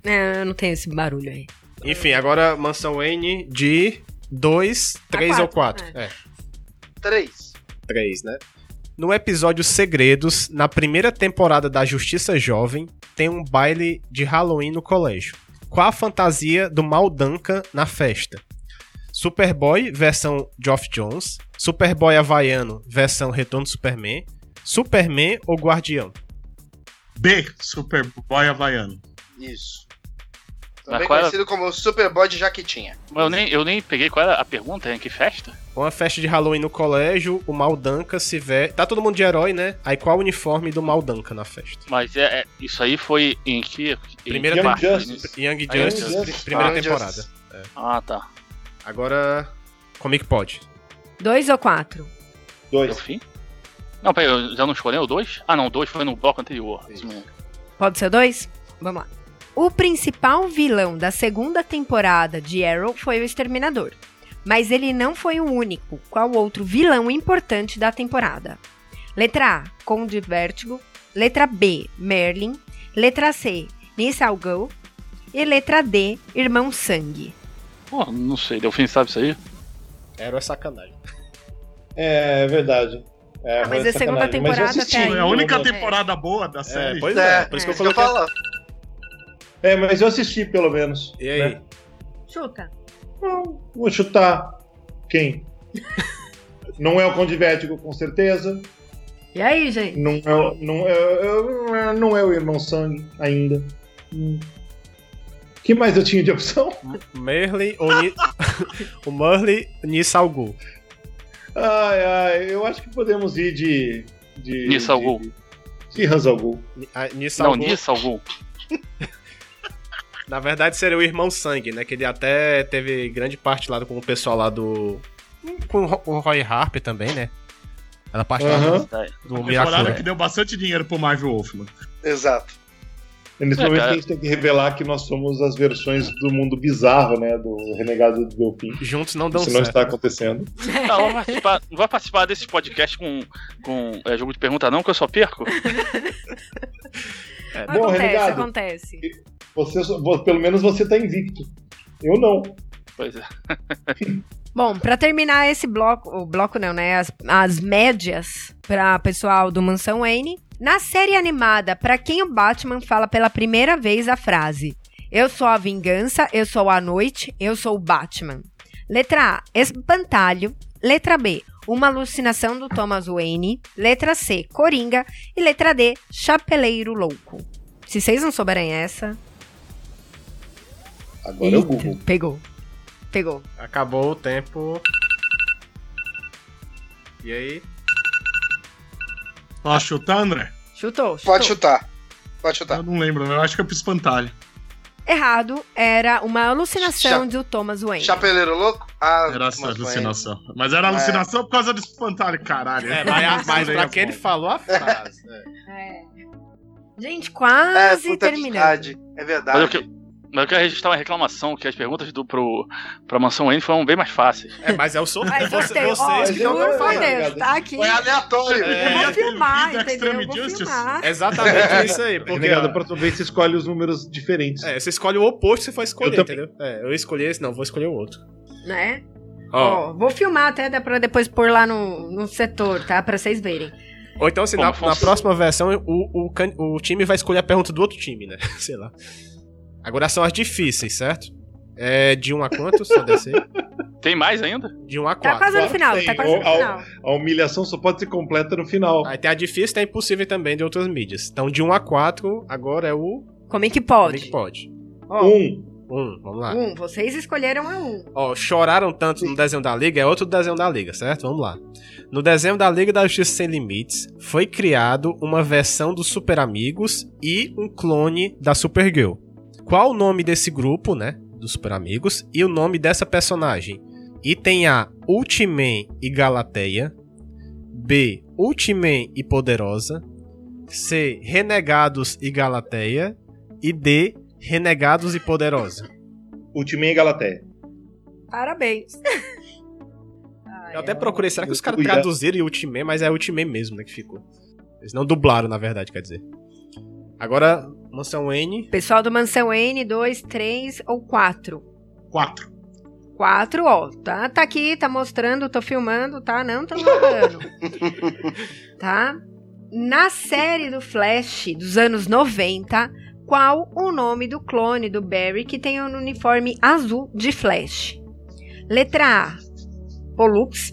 [SPEAKER 2] É, eu não tenho esse barulho aí.
[SPEAKER 3] Enfim, agora mansão N de 2, 3 ou 4.
[SPEAKER 2] quatro,
[SPEAKER 3] É,
[SPEAKER 4] Três.
[SPEAKER 3] 3, né? No episódio Segredos, na primeira temporada da Justiça Jovem, tem um baile de Halloween no colégio. Qual a fantasia do Mal Duncan na festa? Superboy versão Geoff Jones, Superboy Havaiano versão Retorno do Superman, Superman ou Guardião?
[SPEAKER 5] B, Superboy Havaiano.
[SPEAKER 4] Isso.
[SPEAKER 7] Mas
[SPEAKER 4] Também
[SPEAKER 7] qual era-
[SPEAKER 4] conhecido como Superboy de Jaquitinha.
[SPEAKER 7] Mas Eu nem, eu nem peguei qual era a pergunta, hein? Que festa?
[SPEAKER 3] Uma festa de Halloween no colégio, o Mal Duncan se vê. Tá todo mundo de herói, né? Aí qual o uniforme do Mal Duncan na festa?
[SPEAKER 7] Mas é, é- isso aí foi em que. em
[SPEAKER 3] Primeira
[SPEAKER 7] que
[SPEAKER 6] Young
[SPEAKER 7] parte?
[SPEAKER 6] Justice.
[SPEAKER 3] Young
[SPEAKER 7] Ah, Young
[SPEAKER 3] Justice,
[SPEAKER 6] Justice.
[SPEAKER 3] primeira
[SPEAKER 4] Ah,
[SPEAKER 3] temporada.
[SPEAKER 4] Justice.
[SPEAKER 7] Ah, tá.
[SPEAKER 3] Agora, Comic Pod.
[SPEAKER 2] Dois ou quatro?
[SPEAKER 7] Eu
[SPEAKER 6] Dois.
[SPEAKER 7] fim? Não, peraí, eu já não escolheu o 2? Ah, não, o 2 foi no bloco anterior. Isso mesmo.
[SPEAKER 2] Pode ser dois? Vamos lá. O principal vilão da segunda temporada de Arrow foi o Exterminador. Mas ele não foi o único. Qual outro vilão importante da temporada? Letra A, Conde Vértigo. Letra B, Merlin. Letra C, Nissa Al Ghul. E letra D, Irmão Sangue.
[SPEAKER 7] Pô, não sei, Delfim sabe isso aí?
[SPEAKER 3] Era sacanagem.
[SPEAKER 6] É, é verdade. É,
[SPEAKER 2] Ah, mas a
[SPEAKER 6] é
[SPEAKER 2] segunda
[SPEAKER 6] sacanagem. Mas eu
[SPEAKER 2] temporada
[SPEAKER 6] assisti,
[SPEAKER 2] até
[SPEAKER 5] É
[SPEAKER 2] aí.
[SPEAKER 6] né?
[SPEAKER 5] a única
[SPEAKER 2] É.
[SPEAKER 5] temporada boa da série.
[SPEAKER 3] pois
[SPEAKER 4] É,
[SPEAKER 3] é. Por isso
[SPEAKER 4] Isso
[SPEAKER 3] que eu coloquei.
[SPEAKER 4] falo.
[SPEAKER 6] É, mas eu assisti pelo menos.
[SPEAKER 3] E aí?
[SPEAKER 6] né?
[SPEAKER 2] Chuta.
[SPEAKER 6] Não, vou chutar. Quem? não é o Conde Vético, com certeza.
[SPEAKER 2] E aí, gente?
[SPEAKER 6] Não é, o- não, é, é- não é o Irmão Sangue ainda. Hum. que mais eu tinha de opção?
[SPEAKER 3] Merlin ou Ni... o Merlin Nissalgu.
[SPEAKER 6] Ai, ai, eu acho que podemos ir de. de
[SPEAKER 7] Nisso ao gol.
[SPEAKER 6] de, de Hans Al Ghul.
[SPEAKER 7] Não,
[SPEAKER 3] Nissalgu,
[SPEAKER 7] nisso algum.
[SPEAKER 3] na verdade, seria o Irmão Sangue, né? Que ele até teve grande parte lá com o pessoal lá do. Com o Ro- o Roy Harper também, né? Na parte lá do,
[SPEAKER 6] Aham.
[SPEAKER 3] do
[SPEAKER 5] Temporada
[SPEAKER 3] Miraculous.
[SPEAKER 5] que deu bastante dinheiro pro Marvel Wolfman.
[SPEAKER 4] Exato.
[SPEAKER 6] Nesse
[SPEAKER 7] É,
[SPEAKER 6] momento
[SPEAKER 7] cara.
[SPEAKER 6] a gente tem que revelar que nós somos as versões do mundo bizarro, né? Do renegado do Delfim.
[SPEAKER 3] Juntos não dão
[SPEAKER 6] Isso não
[SPEAKER 3] certo.
[SPEAKER 6] está acontecendo.
[SPEAKER 7] Não, não vai participar, não vai participar desse podcast com, com é, jogo de pergunta, não, que eu só perco.
[SPEAKER 6] Bom,
[SPEAKER 2] acontece,
[SPEAKER 6] renegado.
[SPEAKER 2] acontece.
[SPEAKER 6] Você, vo- pelo menos você está invicto. Eu não.
[SPEAKER 7] Pois é.
[SPEAKER 2] Bom, pra terminar esse bloco, o bloco não, né? As, as médias pra pessoal do Mansão Wayne. Na série animada, pra quem o Batman fala pela primeira vez a frase: Eu sou a vingança, eu sou a noite, eu sou o Batman. Letra A, espantalho. Letra B, uma alucinação do Thomas Wayne. Letra C, coringa. E letra D, chapeleiro louco. Se vocês não souberem essa.
[SPEAKER 6] Agora é o
[SPEAKER 2] Eita,
[SPEAKER 6] Google.
[SPEAKER 2] Pegou. Pegou.
[SPEAKER 3] Acabou o tempo. E aí?
[SPEAKER 5] Posso chutar, André?
[SPEAKER 2] Chutou, chutou.
[SPEAKER 4] Pode chutar. Pode chutar.
[SPEAKER 5] Eu não lembro, eu acho que é pro espantalho.
[SPEAKER 2] Errado, era uma alucinação
[SPEAKER 4] Cha-
[SPEAKER 2] do Thomas Wayne.
[SPEAKER 4] Chapeleiro louco? Ah,
[SPEAKER 5] Era essa
[SPEAKER 4] mas foi.
[SPEAKER 5] alucinação. Mas era alucinação por causa do espantalho, caralho.
[SPEAKER 3] É, mas, mas pra quem ele falou a
[SPEAKER 5] fala?
[SPEAKER 3] frase. né?
[SPEAKER 2] É. Gente,
[SPEAKER 4] É,
[SPEAKER 2] quase
[SPEAKER 4] puta, é
[SPEAKER 2] terminando.
[SPEAKER 4] verdade. É verdade.
[SPEAKER 7] Mas eu, que- mas eu quero registrar uma reclamação, que as perguntas do, pro, pra Mansão N foram bem mais fáceis.
[SPEAKER 3] É, mas é o sorteio.
[SPEAKER 2] Ai,
[SPEAKER 3] Você-
[SPEAKER 2] gostei.
[SPEAKER 3] vocês
[SPEAKER 2] Ó,
[SPEAKER 3] que estão
[SPEAKER 2] juro por
[SPEAKER 3] falando.
[SPEAKER 2] Deus, tá aqui.
[SPEAKER 4] Foi É aleatório.
[SPEAKER 2] Eu
[SPEAKER 3] É,
[SPEAKER 2] vou filmar,
[SPEAKER 5] aquele vídeo
[SPEAKER 2] entendeu?
[SPEAKER 5] Extreme
[SPEAKER 2] Eu vou
[SPEAKER 5] Justice.
[SPEAKER 2] filmar.
[SPEAKER 3] Exatamente isso aí. Porque,
[SPEAKER 6] Renegado,
[SPEAKER 3] ó,
[SPEAKER 6] da próxima vez você escolhe os números diferentes.
[SPEAKER 3] é, você escolhe o oposto que você for escolher,
[SPEAKER 6] Eu também.
[SPEAKER 3] entendeu? É, eu escolhi esse, não, vou escolher o outro.
[SPEAKER 2] Né?
[SPEAKER 3] É. Ó,
[SPEAKER 2] Ó, vou filmar até dá pra depois pôr lá no, no setor, tá? Pra vocês verem.
[SPEAKER 3] Ou então, assim,
[SPEAKER 7] Como
[SPEAKER 3] na,
[SPEAKER 7] funciona?
[SPEAKER 3] na próxima versão, o, o, can- o time vai escolher a pergunta do outro time, né? Sei lá. Agora são as difíceis, certo? É de 1 um a quanto, só descer?
[SPEAKER 7] Tem mais ainda?
[SPEAKER 3] De 1 um a
[SPEAKER 2] Tá
[SPEAKER 3] 4.
[SPEAKER 2] quase no
[SPEAKER 6] quatro,
[SPEAKER 2] final,
[SPEAKER 6] tem.
[SPEAKER 2] tá quase no
[SPEAKER 6] Ó,
[SPEAKER 2] final.
[SPEAKER 6] A humilhação só pode ser completa no final.
[SPEAKER 3] Aí tem a difícil, tem a impossível também de outras mídias. Então, de 1 um a 4, agora é o...
[SPEAKER 2] Como é que
[SPEAKER 3] Como é que
[SPEAKER 2] pode?
[SPEAKER 3] pode?
[SPEAKER 2] Ó,
[SPEAKER 6] Um.
[SPEAKER 3] Um, vamos lá.
[SPEAKER 2] um, vocês escolheram a um.
[SPEAKER 3] Ó, choraram tanto no desenho da Liga, é outro desenho da Liga, certo? Vamos lá. No desenho da Liga da Justiça Sem Limites, foi criado uma versão dos Super Amigos e um clone da Supergirl. Qual o nome desse grupo, né? Dos Super Amigos e o nome dessa personagem? Item A: Ultiman e Galateia. B: Ultiman e Poderosa. C: Renegados e Galateia. E D: Renegados e Poderosa.
[SPEAKER 6] Ultimate e Galateia.
[SPEAKER 2] Parabéns. Ai,
[SPEAKER 3] Eu até
[SPEAKER 2] é.
[SPEAKER 3] procurei, será que os caras
[SPEAKER 6] Cuidado.
[SPEAKER 3] traduziram em Ultimate, mas é Ultimate mesmo, né, que ficou. Eles não dublaram, na verdade, quer dizer. Agora, Mansão N,
[SPEAKER 2] Pessoal do Mansão N, dois, três ou quatro?
[SPEAKER 5] Quatro.
[SPEAKER 2] Quatro, ó. Tá, tá aqui, tá mostrando, tô filmando, tá? Não tô jogando. tá? Na série do Flash dos anos 90, qual o nome do clone do Barry que tem um uniforme azul de Flash? Letra A, Pollux.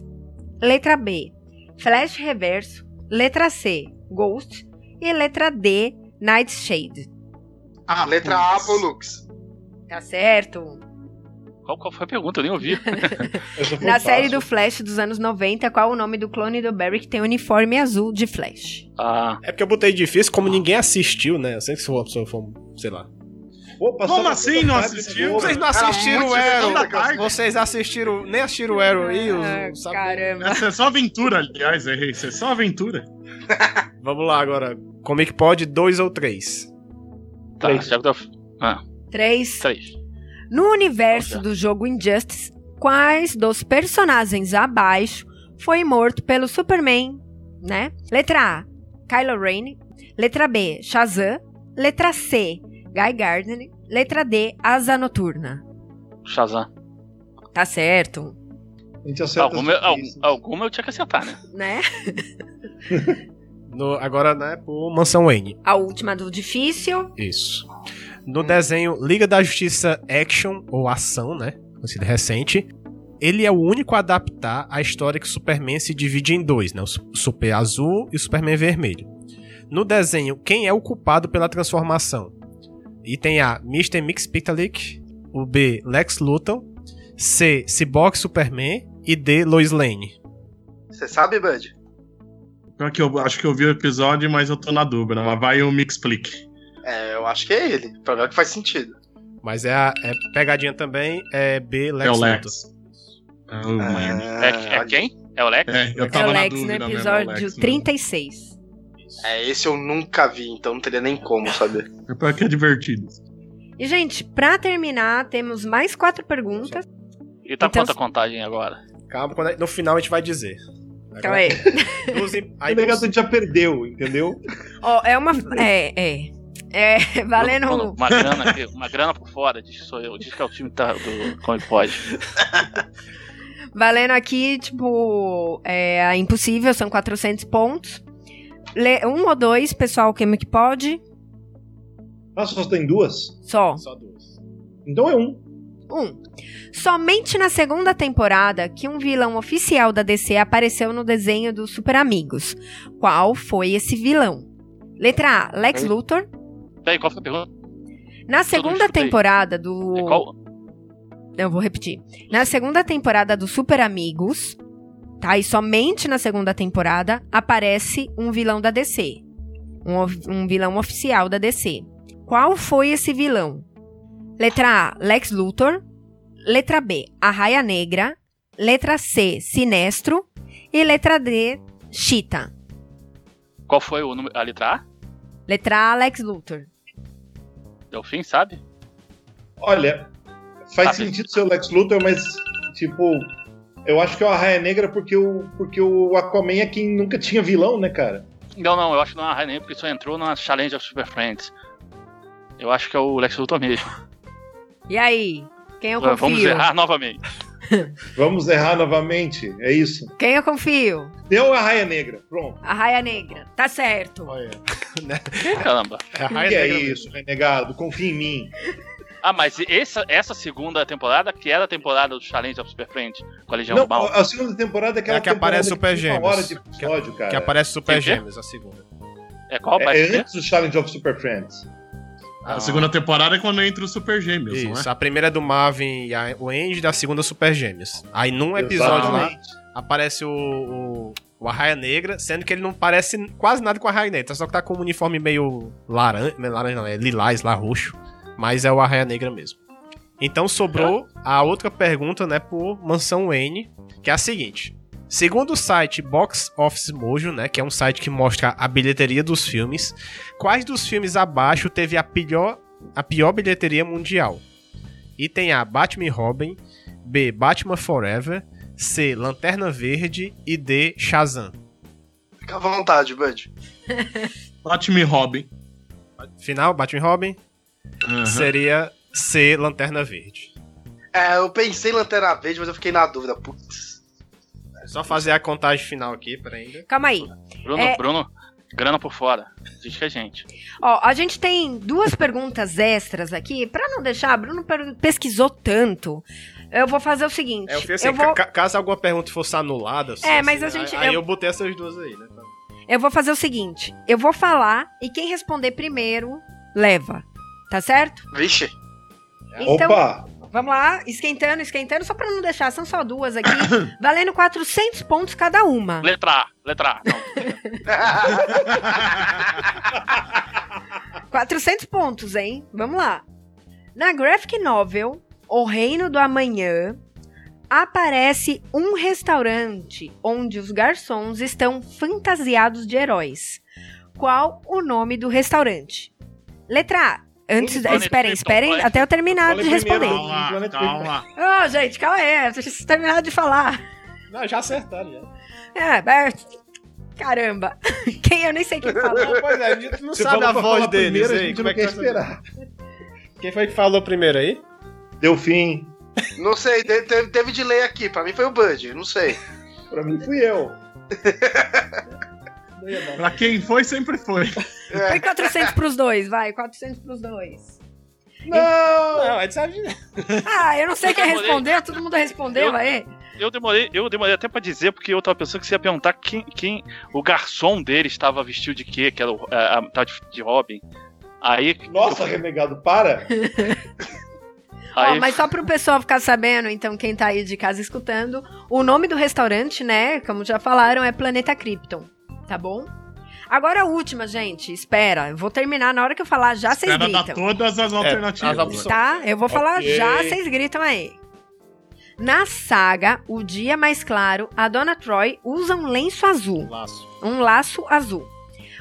[SPEAKER 2] Letra B, Flash Reverso. Letra C, Ghost. E letra D, Nightshade.
[SPEAKER 5] Ah,
[SPEAKER 4] Letra
[SPEAKER 5] putz.
[SPEAKER 4] A, Pollux.
[SPEAKER 2] Tá certo?
[SPEAKER 7] Qual, qual foi a pergunta? Eu nem ouvi.
[SPEAKER 6] Essa foi
[SPEAKER 2] Na
[SPEAKER 6] fácil.
[SPEAKER 2] série do Flash dos anos 90, qual o nome do clone do Barry que tem o uniforme azul de Flash?
[SPEAKER 7] Ah,
[SPEAKER 3] é porque eu botei difícil, como ninguém assistiu, né? Eu sei que se for, se eu for sei lá.
[SPEAKER 6] Vou passar
[SPEAKER 5] Como
[SPEAKER 6] na
[SPEAKER 5] assim não
[SPEAKER 6] tarde,
[SPEAKER 5] assistiu?
[SPEAKER 6] vou-
[SPEAKER 3] Vocês não
[SPEAKER 4] Cara,
[SPEAKER 3] assistiram
[SPEAKER 4] muito
[SPEAKER 3] o
[SPEAKER 4] difícil
[SPEAKER 3] Arrow,
[SPEAKER 4] da casa.
[SPEAKER 3] vocês assistiram, nem assistiram o Arrow e
[SPEAKER 2] Ah,
[SPEAKER 3] os... sabe?
[SPEAKER 2] Caramba.
[SPEAKER 5] Essa é só aventura, aliás, errei. Isso é só aventura.
[SPEAKER 3] Vamos lá agora, como é que pode, dois ou três?
[SPEAKER 7] tá.
[SPEAKER 6] Três.
[SPEAKER 7] Já que tá-
[SPEAKER 2] 3.
[SPEAKER 7] Três.
[SPEAKER 2] No universo
[SPEAKER 7] Olha.
[SPEAKER 2] do jogo Injustice, quais dos personagens abaixo foi morto pelo Superman, né? Letra A, Kylo Ren. Letra B, Shazam. Letra C, Guy Gardner. Letra D, Asa Noturna.
[SPEAKER 7] Shazam.
[SPEAKER 2] Tá certo,
[SPEAKER 6] A gente acerta
[SPEAKER 7] Alguma,
[SPEAKER 6] as
[SPEAKER 7] al-
[SPEAKER 6] difíceis.
[SPEAKER 7] alguma eu tinha que acertar, né?
[SPEAKER 2] né?
[SPEAKER 3] No- agora, né, por Mansão N.
[SPEAKER 2] A última do difícil.
[SPEAKER 3] Isso. No desenho Liga da Justiça Action, ou Ação, né? Conhecido recente. Ele é o único a adaptar a história que o Superman se divide em dois, né? O Su- Super Azul e o Superman Vermelho. No desenho, quem é o culpado pela transformação? Item A, Mr. Mix Pitalik. O B, Lex Luthor. C, Cyborg Superman. E D, Lois Lane.
[SPEAKER 4] Você sabe, Bud?
[SPEAKER 5] Pior que eu acho que eu vi o episódio, mas eu tô na dúvida. Mas vai o Mixplick.
[SPEAKER 4] É, eu acho que é ele. O problema é que faz sentido.
[SPEAKER 3] Mas é a é pegadinha também, é B, Lex
[SPEAKER 5] É o
[SPEAKER 3] Luthor.
[SPEAKER 5] Lex. Oh, merda.
[SPEAKER 7] É, é
[SPEAKER 4] olha-
[SPEAKER 7] quem? É o Lex?
[SPEAKER 5] É, eu
[SPEAKER 2] É
[SPEAKER 5] tava
[SPEAKER 2] o
[SPEAKER 5] na
[SPEAKER 2] Lex no
[SPEAKER 5] dúvida mesmo, é o
[SPEAKER 2] episódio
[SPEAKER 5] Lex mesmo.
[SPEAKER 2] 36.
[SPEAKER 4] É, esse eu nunca vi, então não teria nem como saber.
[SPEAKER 5] É pior que é divertido.
[SPEAKER 2] E, gente, pra terminar, temos mais quatro perguntas.
[SPEAKER 7] E tá
[SPEAKER 2] Então-
[SPEAKER 7] quanto a contagem agora?
[SPEAKER 3] Calma, quando a- no final a gente vai dizer.
[SPEAKER 2] Calma aí.
[SPEAKER 3] Duas em- aí
[SPEAKER 6] Aí o negócio
[SPEAKER 3] duas-
[SPEAKER 6] já
[SPEAKER 7] ah,
[SPEAKER 6] perdeu, entendeu?
[SPEAKER 2] Ó, é uma. É, é. É, valendo.
[SPEAKER 7] Bruno, Uma grana aqui, uma grana por fora, diz que sou eu. Diz que é o time tá do Comic Pod.
[SPEAKER 2] Valendo aqui, tipo, é a impossível, são 400 pontos. Lê um ou dois, pessoal, quem é que pode?
[SPEAKER 6] Nossa, Ah, só tem duas?
[SPEAKER 2] Só.
[SPEAKER 3] Só duas.
[SPEAKER 6] Então é um.
[SPEAKER 2] Um. Somente na segunda temporada que um vilão oficial da DC apareceu no desenho dos Super Amigos. Qual foi esse vilão? Letra A, Lex
[SPEAKER 7] Hum.
[SPEAKER 2] Luthor.
[SPEAKER 7] Peraí, qual foi a pergunta?
[SPEAKER 2] Na segunda
[SPEAKER 7] chutei.
[SPEAKER 2] temporada
[SPEAKER 7] É
[SPEAKER 2] do.
[SPEAKER 7] qual?
[SPEAKER 2] Eu vou repetir. Na segunda temporada do Super Amigos, tá? E somente na segunda temporada aparece um vilão da DC. Um, of- um vilão oficial da DC. Qual foi esse vilão? Letra A, Lex Luthor. Letra B, Arraia Negra. Letra C, Sinestro. E letra D, Cheetah.
[SPEAKER 7] Qual foi o número? A letra A?
[SPEAKER 2] Letra A, Lex Luthor.
[SPEAKER 7] Delfim, sabe?
[SPEAKER 6] Olha,
[SPEAKER 3] Tá.
[SPEAKER 6] faz
[SPEAKER 7] Sabe.
[SPEAKER 6] sentido ser o Lex Luthor, mas, tipo, eu acho que é o Arraia Negra porque o, porque o Aquaman é quem nunca tinha vilão, né, cara?
[SPEAKER 7] Não, não, eu acho que não é a Rainha, porque só entrou na Challenge of Super Friends. Eu acho que é o Lex Luthor mesmo.
[SPEAKER 2] E aí? Quem eu confio?
[SPEAKER 7] Vamos errar novamente.
[SPEAKER 6] Vamos errar novamente, é isso.
[SPEAKER 2] Quem eu confio?
[SPEAKER 6] Deu a Arraia Negra, pronto.
[SPEAKER 2] Arraia Negra. Tá certo.
[SPEAKER 6] Olha.
[SPEAKER 7] Caramba.
[SPEAKER 3] É a
[SPEAKER 6] Que
[SPEAKER 3] Raia
[SPEAKER 6] é
[SPEAKER 3] Negra mesmo.
[SPEAKER 6] isso, renegado, confia em mim.
[SPEAKER 7] Ah, mas essa, essa segunda temporada, que era a temporada do Challenge of Super Friends com a
[SPEAKER 3] um
[SPEAKER 7] Legião
[SPEAKER 6] Não,
[SPEAKER 7] do Mal.
[SPEAKER 6] a a segunda temporada é aquela
[SPEAKER 3] É que aparece o Pé
[SPEAKER 6] temporada que tem uma hora
[SPEAKER 3] Gêmeos.
[SPEAKER 6] de episódio, cara.
[SPEAKER 3] Que aparece Super
[SPEAKER 7] Tem quê?
[SPEAKER 3] Gêmeos, a segunda.
[SPEAKER 7] É qual?
[SPEAKER 3] Oh,
[SPEAKER 6] É-
[SPEAKER 7] vai
[SPEAKER 6] é,
[SPEAKER 7] ser?
[SPEAKER 6] antes do Challenge of Super Friends.
[SPEAKER 5] A segunda temporada é quando entra o Super Gêmeos, não é?
[SPEAKER 6] né?
[SPEAKER 3] Isso, a primeira é do Marvin e a, o Andy, da segunda é Super Gêmeos. Aí num Um episódio né? lá
[SPEAKER 6] Exatamente.
[SPEAKER 3] aparece o, o, o Arraia Negra, sendo que ele não parece quase nada com a Arraia Negra, só que tá com um uniforme meio laranja, laranja não, é lilás lá, roxo, mas é o Arraia Negra mesmo. Então sobrou a outra pergunta, né, por Mansão Wayne, que é a seguinte. Segundo o site Box Office Mojo, né, que é um site que mostra a bilheteria dos filmes, quais dos filmes abaixo teve a pior, a pior bilheteria mundial? Item A, Batman e Robin, B, Batman Forever, C. Lanterna Verde e D. Shazam.
[SPEAKER 4] Fica à vontade, Bud.
[SPEAKER 5] Batman e Robin.
[SPEAKER 3] Final, Batman e Robin
[SPEAKER 5] Aham.
[SPEAKER 3] seria C. Lanterna Verde.
[SPEAKER 4] É, eu pensei em Lanterna Verde, mas eu fiquei na dúvida. Putz.
[SPEAKER 3] É só fazer a contagem final aqui, peraí.
[SPEAKER 2] Calma aí.
[SPEAKER 7] Bruno,
[SPEAKER 2] É-
[SPEAKER 7] Bruno, grana por fora. Diz que a gente.
[SPEAKER 2] Ó, a gente tem duas perguntas extras aqui. Pra não deixar, Bruno per- pesquisou tanto. Eu vou fazer o seguinte.
[SPEAKER 3] É,
[SPEAKER 2] eu,
[SPEAKER 3] eu fiz assim,
[SPEAKER 2] vou,
[SPEAKER 3] ca- caso alguma pergunta fosse anulada... assim,
[SPEAKER 2] É, mas
[SPEAKER 3] assim,
[SPEAKER 2] a gente-
[SPEAKER 3] Aí, aí
[SPEAKER 2] eu-
[SPEAKER 3] eu botei essas duas aí, né?
[SPEAKER 2] eu vou fazer o seguinte. Eu vou falar e quem responder primeiro leva. Tá certo?
[SPEAKER 4] Vixe.
[SPEAKER 3] É.
[SPEAKER 2] Então,
[SPEAKER 6] Opa!
[SPEAKER 2] vamos lá, esquentando, esquentando, só pra não deixar, são só duas aqui, valendo 400 pontos cada uma.
[SPEAKER 7] Letra A, letra A. Não.
[SPEAKER 2] 400 pontos, hein? Vamos lá. Na graphic novel O Reino do Amanhã aparece um restaurante onde os garçons estão fantasiados de heróis. Qual o nome do restaurante? Letra A. Antes,
[SPEAKER 7] Planet
[SPEAKER 2] esperem,
[SPEAKER 7] Krypton,
[SPEAKER 2] esperem
[SPEAKER 7] Planet-
[SPEAKER 2] até eu terminar de
[SPEAKER 6] Falei primeiro,
[SPEAKER 2] responder.
[SPEAKER 6] não.
[SPEAKER 5] Calma, calma.
[SPEAKER 2] Ah, gente, calma aí, vocês terminaram de falar.
[SPEAKER 3] Não, já acertaram, já.
[SPEAKER 2] É, mas- caramba. Quem eu nem sei quem falou.
[SPEAKER 3] Pois é, a gente não
[SPEAKER 6] Você
[SPEAKER 3] sabe
[SPEAKER 6] falou
[SPEAKER 3] a
[SPEAKER 6] pra
[SPEAKER 3] voz
[SPEAKER 6] falar
[SPEAKER 3] deles
[SPEAKER 6] primeiro, a
[SPEAKER 3] aí.
[SPEAKER 6] gente
[SPEAKER 3] como
[SPEAKER 6] não
[SPEAKER 3] é que
[SPEAKER 6] quer
[SPEAKER 3] vai saber?
[SPEAKER 6] esperar.
[SPEAKER 3] Quem foi que falou primeiro aí?
[SPEAKER 6] Deu fim.
[SPEAKER 4] Não sei, de- teve, teve delay aqui. Pra mim foi o Bud, não sei.
[SPEAKER 6] Pra mim fui eu. Não ia dar.
[SPEAKER 5] Pra quem foi, sempre foi.
[SPEAKER 2] Foi 400 pros dois, vai, 400 pros dois.
[SPEAKER 6] Não!
[SPEAKER 8] Não, é de sabe.
[SPEAKER 2] Ah, eu não sei
[SPEAKER 7] Eu
[SPEAKER 2] quem
[SPEAKER 7] demorei.
[SPEAKER 2] respondeu, todo mundo respondeu, é.
[SPEAKER 7] Eu-
[SPEAKER 2] vai.
[SPEAKER 7] Eu demorei, eu demorei até pra dizer, porque eu tava pensando que você ia perguntar quem, quem o garçom dele estava vestido de quê, que era o, é, a, a, tal de, de Robin. Aí,
[SPEAKER 6] Nossa, renegado, para!
[SPEAKER 2] Ó,
[SPEAKER 7] aí
[SPEAKER 2] mas só pro pessoal ficar sabendo, então, quem tá aí de casa escutando, o nome do restaurante, né, como já falaram, é Planeta Krypton, tá bom? Agora a última, gente, espera, eu vou terminar, na hora que eu falar já vocês
[SPEAKER 5] Era dar
[SPEAKER 2] gritam.
[SPEAKER 5] todas as alternativas.
[SPEAKER 8] as opções.
[SPEAKER 2] Tá? Eu vou falar
[SPEAKER 6] Ok.
[SPEAKER 2] já, vocês gritam aí. Na saga O Dia Mais Claro, a Dona Troy usa um lenço azul,
[SPEAKER 8] Laço.
[SPEAKER 2] um laço azul.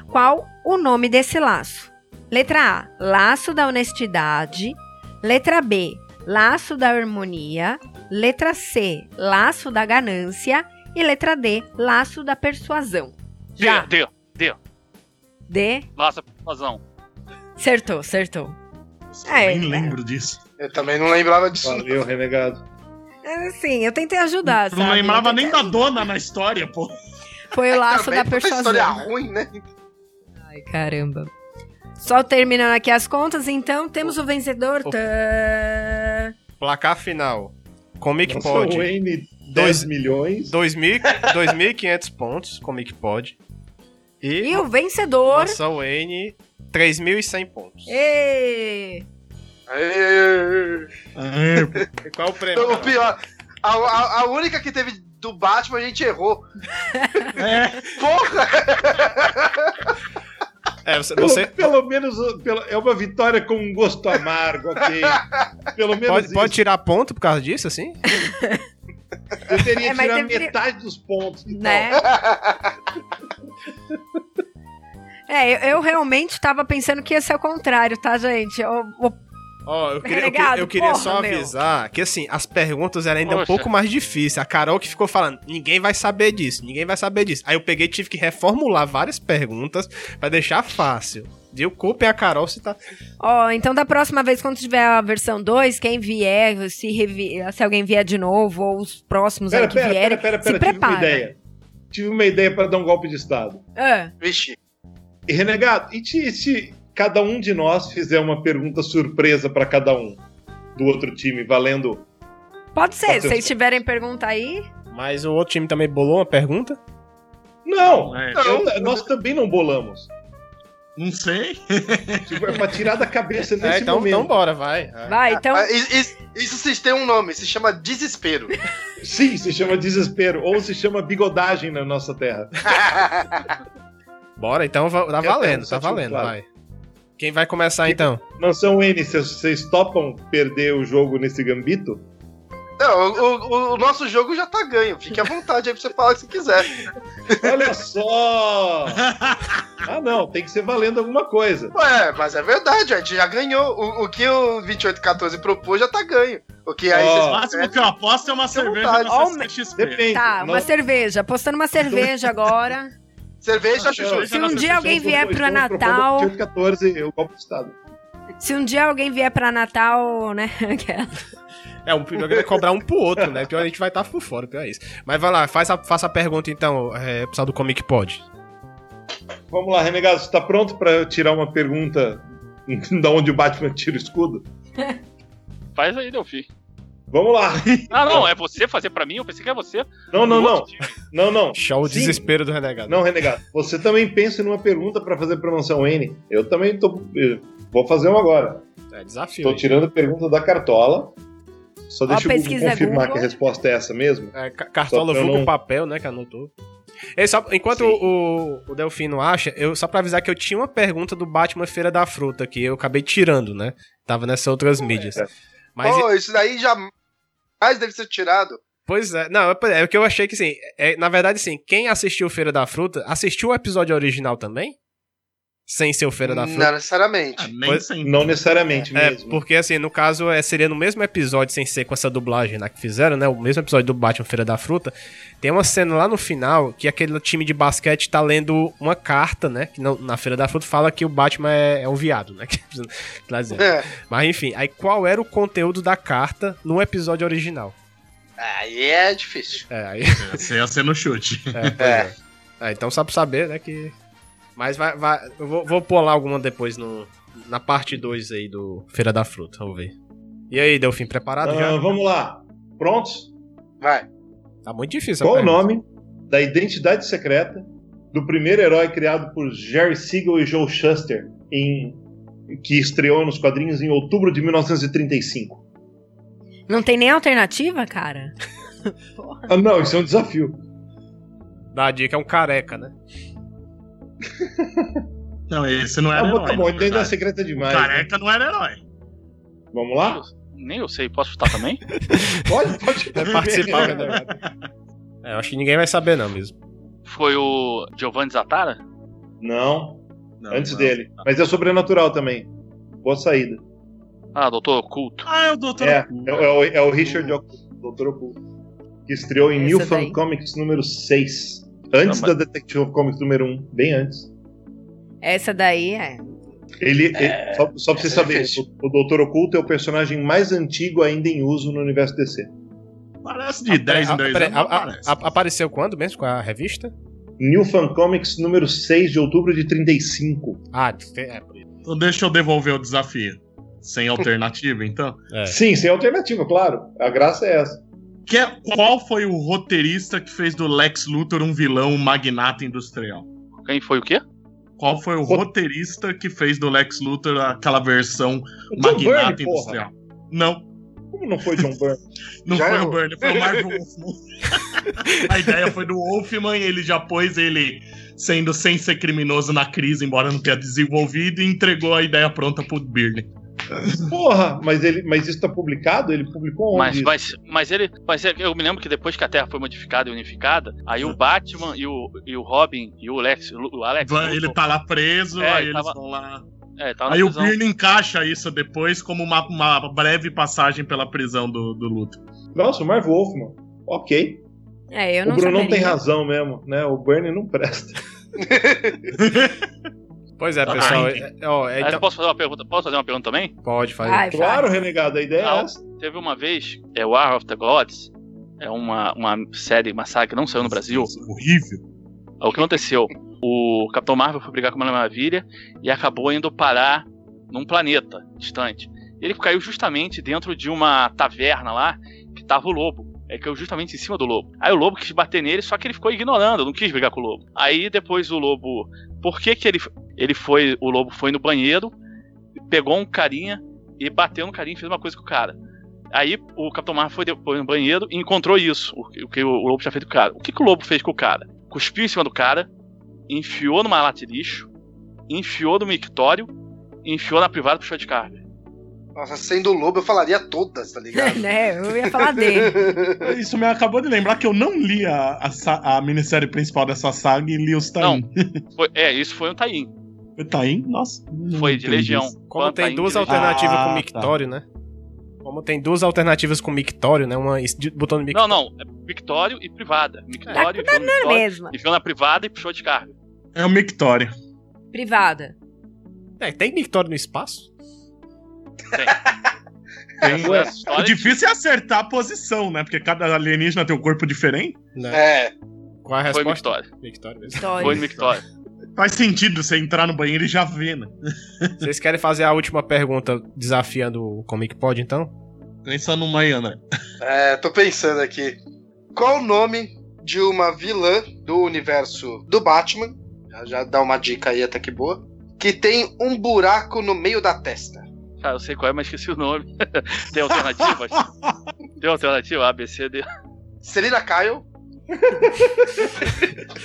[SPEAKER 2] Qual o nome desse laço? Letra A, laço da honestidade. Letra B, laço da harmonia. Letra C, laço da ganância. E letra D, laço da persuasão.
[SPEAKER 7] D,
[SPEAKER 2] Já.
[SPEAKER 7] D,
[SPEAKER 2] D,
[SPEAKER 7] laça razão.
[SPEAKER 2] acertou, acertou. É,
[SPEAKER 5] Nem lembro disso.
[SPEAKER 4] Eu também não lembrava disso. não.
[SPEAKER 6] Valeu, renegado.
[SPEAKER 2] É, Sim, eu tentei ajudar,
[SPEAKER 5] Não
[SPEAKER 2] sabe?
[SPEAKER 5] lembrava
[SPEAKER 2] Eu
[SPEAKER 5] nem
[SPEAKER 2] tentei-
[SPEAKER 5] da dona na história, pô.
[SPEAKER 2] Foi o laço
[SPEAKER 4] Também
[SPEAKER 2] da
[SPEAKER 4] puta história
[SPEAKER 2] persuasão.
[SPEAKER 4] ruim, né?
[SPEAKER 2] Ai, caramba. Só terminando aqui as contas, então temos o vencedor.
[SPEAKER 6] Oh.
[SPEAKER 3] O-
[SPEAKER 2] Tã.
[SPEAKER 3] Placar final. Comic
[SPEAKER 6] Nossa,
[SPEAKER 3] Pod.
[SPEAKER 6] Wayne, 10
[SPEAKER 3] Dois-
[SPEAKER 6] milhões.
[SPEAKER 3] 2000 2.500 pontos, Comic Pod. E,
[SPEAKER 2] E o vencedor.
[SPEAKER 3] Nossa Wayne, 3.100 pontos.
[SPEAKER 2] Ê!
[SPEAKER 4] Aê,
[SPEAKER 3] E qual é o prêmio?
[SPEAKER 4] Então, o pior. A, a- a única que teve do Batman a gente errou.
[SPEAKER 5] É,
[SPEAKER 4] Porra!
[SPEAKER 3] É, você,
[SPEAKER 6] Pelo,
[SPEAKER 3] você
[SPEAKER 6] pelo menos uh, pelo- é uma vitória com um gosto amargo, ok? Pelo menos
[SPEAKER 3] pode,
[SPEAKER 6] isso.
[SPEAKER 3] pode tirar ponto por causa disso, assim?
[SPEAKER 6] Eu teria
[SPEAKER 2] É,
[SPEAKER 6] que
[SPEAKER 2] mas
[SPEAKER 6] tirar
[SPEAKER 2] deveria-
[SPEAKER 6] metade dos pontos. então.
[SPEAKER 2] Né? É, eu, eu realmente tava pensando que ia ser o contrário, tá, gente? Eu- eu-
[SPEAKER 3] Ó, eu queria, eu que-
[SPEAKER 2] Renegado,
[SPEAKER 3] eu queria
[SPEAKER 2] Tá porra,
[SPEAKER 3] só
[SPEAKER 2] meu.
[SPEAKER 3] avisar que, assim, as perguntas eram ainda um
[SPEAKER 7] Poxa.
[SPEAKER 3] pouco mais difíceis. A Carol que ficou falando, ninguém vai saber disso, ninguém vai saber disso. Aí eu peguei e tive que reformular várias perguntas pra deixar fácil. E o culpa é a Carol se tá...
[SPEAKER 2] Ó, então da próxima vez, quando tiver a versão 2, quem vier, se, revi- se alguém vier de novo, ou os próximos
[SPEAKER 6] Pera,
[SPEAKER 2] aí que
[SPEAKER 6] pera, pera,
[SPEAKER 2] vierem,
[SPEAKER 6] pera,
[SPEAKER 2] se
[SPEAKER 6] pera, tive uma
[SPEAKER 2] prepara.
[SPEAKER 6] ideia. Tive uma ideia para dar um golpe de Estado.
[SPEAKER 2] Ah,
[SPEAKER 4] Vixe.
[SPEAKER 6] E, Renegado, e se, se cada um de nós fizer uma pergunta surpresa pra cada um do outro time, valendo?
[SPEAKER 2] pode ser,
[SPEAKER 6] Pode
[SPEAKER 2] se
[SPEAKER 6] ser.
[SPEAKER 2] vocês tiverem pergunta aí.
[SPEAKER 3] Mas o outro time também bolou uma pergunta?
[SPEAKER 6] Não!
[SPEAKER 5] é.
[SPEAKER 6] eu- nós também não bolamos.
[SPEAKER 5] Não sei.
[SPEAKER 6] Tipo, é pra tirar da cabeça
[SPEAKER 3] É,
[SPEAKER 6] nesse
[SPEAKER 3] então,
[SPEAKER 6] momento.
[SPEAKER 3] então bora, vai.
[SPEAKER 2] Vai, então.
[SPEAKER 4] Ah, i- i- Isso vocês têm um nome, se chama desespero.
[SPEAKER 6] Sim, se chama desespero, ou se chama bigodagem na nossa terra.
[SPEAKER 3] Bora, então va- tá
[SPEAKER 6] Eu
[SPEAKER 3] valendo,
[SPEAKER 6] quero,
[SPEAKER 3] tá
[SPEAKER 6] só
[SPEAKER 3] valendo,
[SPEAKER 6] tipo,
[SPEAKER 3] vai. Quem vai começar então?
[SPEAKER 6] Mansão N, vocês- vocês topam perder o jogo nesse gambito?
[SPEAKER 4] Não, o, o- o nosso jogo já tá ganho. Fique à vontade aí pra você falar o que você quiser.
[SPEAKER 6] Olha só! Ah não, tem que ser valendo alguma coisa.
[SPEAKER 4] Ué, mas é verdade, a gente já ganhou. O, o que o 2814 propôs já tá ganho. O que aí
[SPEAKER 6] Ó.
[SPEAKER 5] O
[SPEAKER 4] vocês
[SPEAKER 5] máximo
[SPEAKER 4] fizeram-
[SPEAKER 5] que eu aposto é uma
[SPEAKER 4] Fique à
[SPEAKER 5] cerveja
[SPEAKER 4] vontade.
[SPEAKER 2] Ó,
[SPEAKER 5] na CCXP.
[SPEAKER 6] Depende.
[SPEAKER 2] Tá, uma
[SPEAKER 6] nós-
[SPEAKER 2] cerveja. Apostando uma cerveja agora.
[SPEAKER 4] Cerveja,
[SPEAKER 6] Não,
[SPEAKER 4] chuchu.
[SPEAKER 2] Se um dia alguém vier
[SPEAKER 6] Estamos
[SPEAKER 2] pra
[SPEAKER 6] propondo
[SPEAKER 2] Natal.
[SPEAKER 6] 14, eu golpe de Estado.
[SPEAKER 2] Se um dia alguém vier pra Natal, né? aquela-
[SPEAKER 3] É, o pior que vai cobrar um pro outro, né? Pior a gente vai estar por fora, pior é isso. Mas vai lá, faz a- faça a pergunta então, é, pessoal do Comic Pod.
[SPEAKER 6] Vamos lá, Renegado, você tá pronto pra eu tirar uma pergunta da onde o Batman tira o escudo?
[SPEAKER 7] Faz aí, Delphi.
[SPEAKER 6] Vamos lá!
[SPEAKER 7] Ah, não, é você fazer pra mim? Eu pensei que era você.
[SPEAKER 6] Não, não,
[SPEAKER 7] O
[SPEAKER 6] não,
[SPEAKER 7] outro time.
[SPEAKER 6] não, não.
[SPEAKER 3] Show o
[SPEAKER 6] Sim.
[SPEAKER 3] desespero do renegado.
[SPEAKER 6] Não, Renegado, você também pensa numa pergunta pra fazer pra mansão N. Eu também tô. eu Vou fazer uma agora.
[SPEAKER 3] É desafio.
[SPEAKER 6] Tô
[SPEAKER 3] hein?
[SPEAKER 6] tirando a pergunta da cartola. Só deixa eu
[SPEAKER 2] pesquisa
[SPEAKER 6] confirmar
[SPEAKER 2] Google.
[SPEAKER 6] que a resposta é essa mesmo.
[SPEAKER 3] É, ca- cartola
[SPEAKER 6] Só pra eu
[SPEAKER 3] vulgo
[SPEAKER 6] não-
[SPEAKER 3] papel, né? Que anotou. Ei, só, enquanto
[SPEAKER 6] Sim.
[SPEAKER 3] o, o Delfino acha, eu, só pra avisar que eu tinha uma pergunta do Batman Feira da Fruta, que eu acabei tirando, né? Tava nessas outras mídias.
[SPEAKER 6] é.
[SPEAKER 3] Mas,
[SPEAKER 4] Pô, isso daí jamais deve ser tirado.
[SPEAKER 3] pois é, não, é, é o que eu achei que, assim, é, na verdade, assim, quem assistiu Feira da Fruta, assistiu o episódio original também? Sem ser o Feira da Fruta?
[SPEAKER 4] Não necessariamente.
[SPEAKER 5] Ah, nem
[SPEAKER 3] Pois-
[SPEAKER 5] sempre.
[SPEAKER 6] Não necessariamente
[SPEAKER 3] É,
[SPEAKER 6] mesmo.
[SPEAKER 3] porque assim, no caso, é, seria no mesmo episódio, sem ser com essa dublagem lá que fizeram, né? O mesmo episódio do Batman Feira da Fruta. Tem uma cena lá no final que aquele time de basquete tá lendo uma carta, né? Que não- na Feira da Fruta fala que o Batman é, é um viado, né? que tá dizendo.
[SPEAKER 4] É.
[SPEAKER 3] Mas enfim, aí qual era o conteúdo da carta no episódio original?
[SPEAKER 4] Aí é difícil.
[SPEAKER 3] É, aí.
[SPEAKER 5] Essa ia ser no chute.
[SPEAKER 3] É, pois é. É, então só pra saber, né? Que. Mas vai, vai- eu vou, vou pôr lá alguma depois no, na parte 2 aí do Feira da Fruta, vamos ver. E aí, Delfim, preparado
[SPEAKER 6] Ah,
[SPEAKER 3] já?
[SPEAKER 6] vamos lá. Prontos?
[SPEAKER 4] Vai.
[SPEAKER 3] Tá muito difícil.
[SPEAKER 6] Qual o
[SPEAKER 3] rapaz.
[SPEAKER 6] nome da identidade secreta do primeiro herói criado por Jerry Siegel e Joe Shuster, em- que estreou nos quadrinhos em outubro de 1935?
[SPEAKER 2] Não tem nem alternativa, cara?
[SPEAKER 6] Ah, não, isso é um desafio.
[SPEAKER 3] Dá a dica, é um careca, né?
[SPEAKER 5] Não, esse não
[SPEAKER 6] Ah,
[SPEAKER 5] era
[SPEAKER 6] bom,
[SPEAKER 5] herói.
[SPEAKER 6] tá bom, então
[SPEAKER 5] na
[SPEAKER 6] ainda é
[SPEAKER 5] verdade.
[SPEAKER 6] secreta demais. né?
[SPEAKER 5] Careca não era herói.
[SPEAKER 6] Vamos lá?
[SPEAKER 7] Nem eu sei, posso chutar também?
[SPEAKER 6] Pode, pode.
[SPEAKER 3] Vai participar, né? É, eu acho que ninguém vai saber, não mesmo.
[SPEAKER 7] Foi o Giovanni Zatara?
[SPEAKER 6] Não,
[SPEAKER 5] Não,
[SPEAKER 6] antes
[SPEAKER 5] não.
[SPEAKER 6] dele. Mas é sobrenatural também. Boa saída.
[SPEAKER 7] Ah, doutor Oculto.
[SPEAKER 5] Ah, é o Doutor
[SPEAKER 6] É,
[SPEAKER 5] Oculto.
[SPEAKER 6] é, o- é o, é o Richard Oculto, Dr. Oculto, que estreou em
[SPEAKER 2] Essa
[SPEAKER 6] New Fan
[SPEAKER 2] daí.
[SPEAKER 6] Comics número 6. Antes
[SPEAKER 7] Não, mas-
[SPEAKER 6] da Detective Comics número 1, bem antes.
[SPEAKER 2] Essa daí é.
[SPEAKER 6] Ele, ele- só, só pra você
[SPEAKER 4] essa é
[SPEAKER 6] saber,
[SPEAKER 4] difícil.
[SPEAKER 6] o, o Dr. Oculto é o personagem mais antigo ainda em uso no universo DC.
[SPEAKER 5] Parece de 10 em 10
[SPEAKER 3] Ah, Peraí, ah,
[SPEAKER 5] anos.
[SPEAKER 3] a-
[SPEAKER 5] não
[SPEAKER 3] a-
[SPEAKER 5] parece.
[SPEAKER 3] a- apareceu quando mesmo? Com a revista?
[SPEAKER 6] New Fan Comics número 6 de outubro de 35.
[SPEAKER 3] Ah, te- é. por isso.
[SPEAKER 5] Então deixa eu devolver o desafio. Sem alternativa, então.
[SPEAKER 3] É.
[SPEAKER 6] Sim, sem alternativa, claro. A graça é essa.
[SPEAKER 5] Que é- qual foi o roteirista que fez do Lex Luthor um vilão, um magnata industrial?
[SPEAKER 7] Quem foi o quê?
[SPEAKER 5] Qual foi o
[SPEAKER 6] Ro-
[SPEAKER 5] roteirista que fez do Lex Luthor aquela versão
[SPEAKER 6] O John
[SPEAKER 5] magnata
[SPEAKER 6] Byrne, porra.
[SPEAKER 5] industrial? Não,
[SPEAKER 6] Como não foi John Byrne?
[SPEAKER 5] não
[SPEAKER 4] Já
[SPEAKER 5] foi
[SPEAKER 4] errou.
[SPEAKER 5] é o Burner, foi o Marvel Wolfman. A ideia foi do Wolfman, ele já pôs ele sendo sem ser criminoso na crise, embora não tenha desenvolvido, e entregou a ideia pronta pro Byrne.
[SPEAKER 6] Porra, mas, ele, mas isso tá publicado? Ele publicou onde?
[SPEAKER 7] Mas,
[SPEAKER 6] isso?
[SPEAKER 7] mas, mas ele. Mas ele- eu me lembro que depois que a Terra foi modificada e unificada, aí o Batman e o, e o Robin e o Lex. O Alex.
[SPEAKER 5] Vai-
[SPEAKER 7] Luthor,
[SPEAKER 5] Ele tá lá preso,
[SPEAKER 7] É, ele
[SPEAKER 5] aí eles
[SPEAKER 7] tava-
[SPEAKER 5] vão lá.
[SPEAKER 7] é, tava na
[SPEAKER 5] Aí o
[SPEAKER 7] prisão.
[SPEAKER 5] Byrne encaixa isso depois como uma, uma breve passagem pela prisão do, do Luthor.
[SPEAKER 6] Nossa, o Marv Wolfman. Ok.
[SPEAKER 2] É, eu
[SPEAKER 6] O
[SPEAKER 2] não
[SPEAKER 6] Bruno não tem
[SPEAKER 2] saberia.
[SPEAKER 6] razão mesmo, né? O Bernie não presta.
[SPEAKER 3] Pois é, pessoal.
[SPEAKER 5] Ah,
[SPEAKER 3] é- é- ó, é,
[SPEAKER 7] Mas
[SPEAKER 3] então-
[SPEAKER 7] eu posso fazer uma pergunta? Posso fazer uma pergunta também?
[SPEAKER 3] Pode
[SPEAKER 7] ah,
[SPEAKER 3] fazer.
[SPEAKER 2] Vai,
[SPEAKER 6] Claro, renegado, a ideia
[SPEAKER 7] Não.
[SPEAKER 6] é essa.
[SPEAKER 7] Teve uma vez, é War of the Gods, é uma, uma série, uma saga que não saiu no Brasil.
[SPEAKER 5] Horrível.
[SPEAKER 7] O que aconteceu? O Capitão Marvel foi brigar com a Mulher Maravilha e acabou indo parar num planeta distante. Ele caiu justamente dentro de uma taverna lá que tava o lobo. Ele caiu justamente em cima do lobo. Aí o lobo quis bater nele, só que ele ficou ignorando, não quis brigar com o lobo. Aí depois o lobo. Por que que ele, ele foi. O lobo foi no banheiro, pegou um carinha e bateu no carinha e fez uma coisa com o cara. Aí o Capitão Marvel foi depois no banheiro e encontrou isso, o, o que o lobo tinha feito com o cara. O que, que o lobo fez com o cara? cuspiu em cima do cara, enfiou numa lata de lixo, enfiou no mictório, enfiou na privada pro show de carga.
[SPEAKER 4] Nossa, sendo lobo, eu falaria todas, tá ligado?
[SPEAKER 2] né? Eu ia falar dele.
[SPEAKER 5] Isso me acabou de lembrar que eu não li a, a, sa- a minissérie principal dessa saga e li os Tain.
[SPEAKER 7] Foi- é, isso foi um Taim.
[SPEAKER 5] O Tain, nossa. não
[SPEAKER 7] Foi de
[SPEAKER 5] entendi
[SPEAKER 7] Legião.
[SPEAKER 5] isso.
[SPEAKER 3] Como
[SPEAKER 7] Quanto
[SPEAKER 3] tem
[SPEAKER 7] Taim
[SPEAKER 3] duas
[SPEAKER 7] de Legião.
[SPEAKER 3] alternativas
[SPEAKER 5] Ah,
[SPEAKER 3] com
[SPEAKER 5] tá.
[SPEAKER 3] mictório, né? Como tem duas alternativas com mictório, né? Uma es- de- botando mictório.
[SPEAKER 7] Não, não. É mictório e privada. Mictório, enfiou, no
[SPEAKER 2] É
[SPEAKER 7] mictório
[SPEAKER 2] mesma.
[SPEAKER 7] enfiou na privada e puxou de carga.
[SPEAKER 5] É o Mictório.
[SPEAKER 2] Privada.
[SPEAKER 3] É, tem mictório no espaço?
[SPEAKER 5] Tem- um
[SPEAKER 7] Essa história
[SPEAKER 5] O difícil é acertar a posição, né? Porque cada alienígena tem um corpo diferente.
[SPEAKER 3] Né?
[SPEAKER 4] É.
[SPEAKER 3] Qual é a
[SPEAKER 7] foi
[SPEAKER 3] resposta?
[SPEAKER 7] mictório.
[SPEAKER 3] Mictório mesmo.
[SPEAKER 7] Foi no
[SPEAKER 2] História.
[SPEAKER 7] mictório.
[SPEAKER 5] Faz sentido você entrar no banheiro e já ver, né?
[SPEAKER 3] Vocês querem fazer a última pergunta desafiando o Comic Pod, então?
[SPEAKER 5] Pensa numa aí, André.
[SPEAKER 4] É, tô pensando aqui. Qual o nome de uma vilã do universo do Batman? Já, já dá uma dica aí até que boa. Que tem um buraco no meio da testa.
[SPEAKER 7] Cara, eu sei qual é, mas esqueci o nome. tem alternativas? tem alternativa? A, B, C, D.
[SPEAKER 4] Celina Kyle.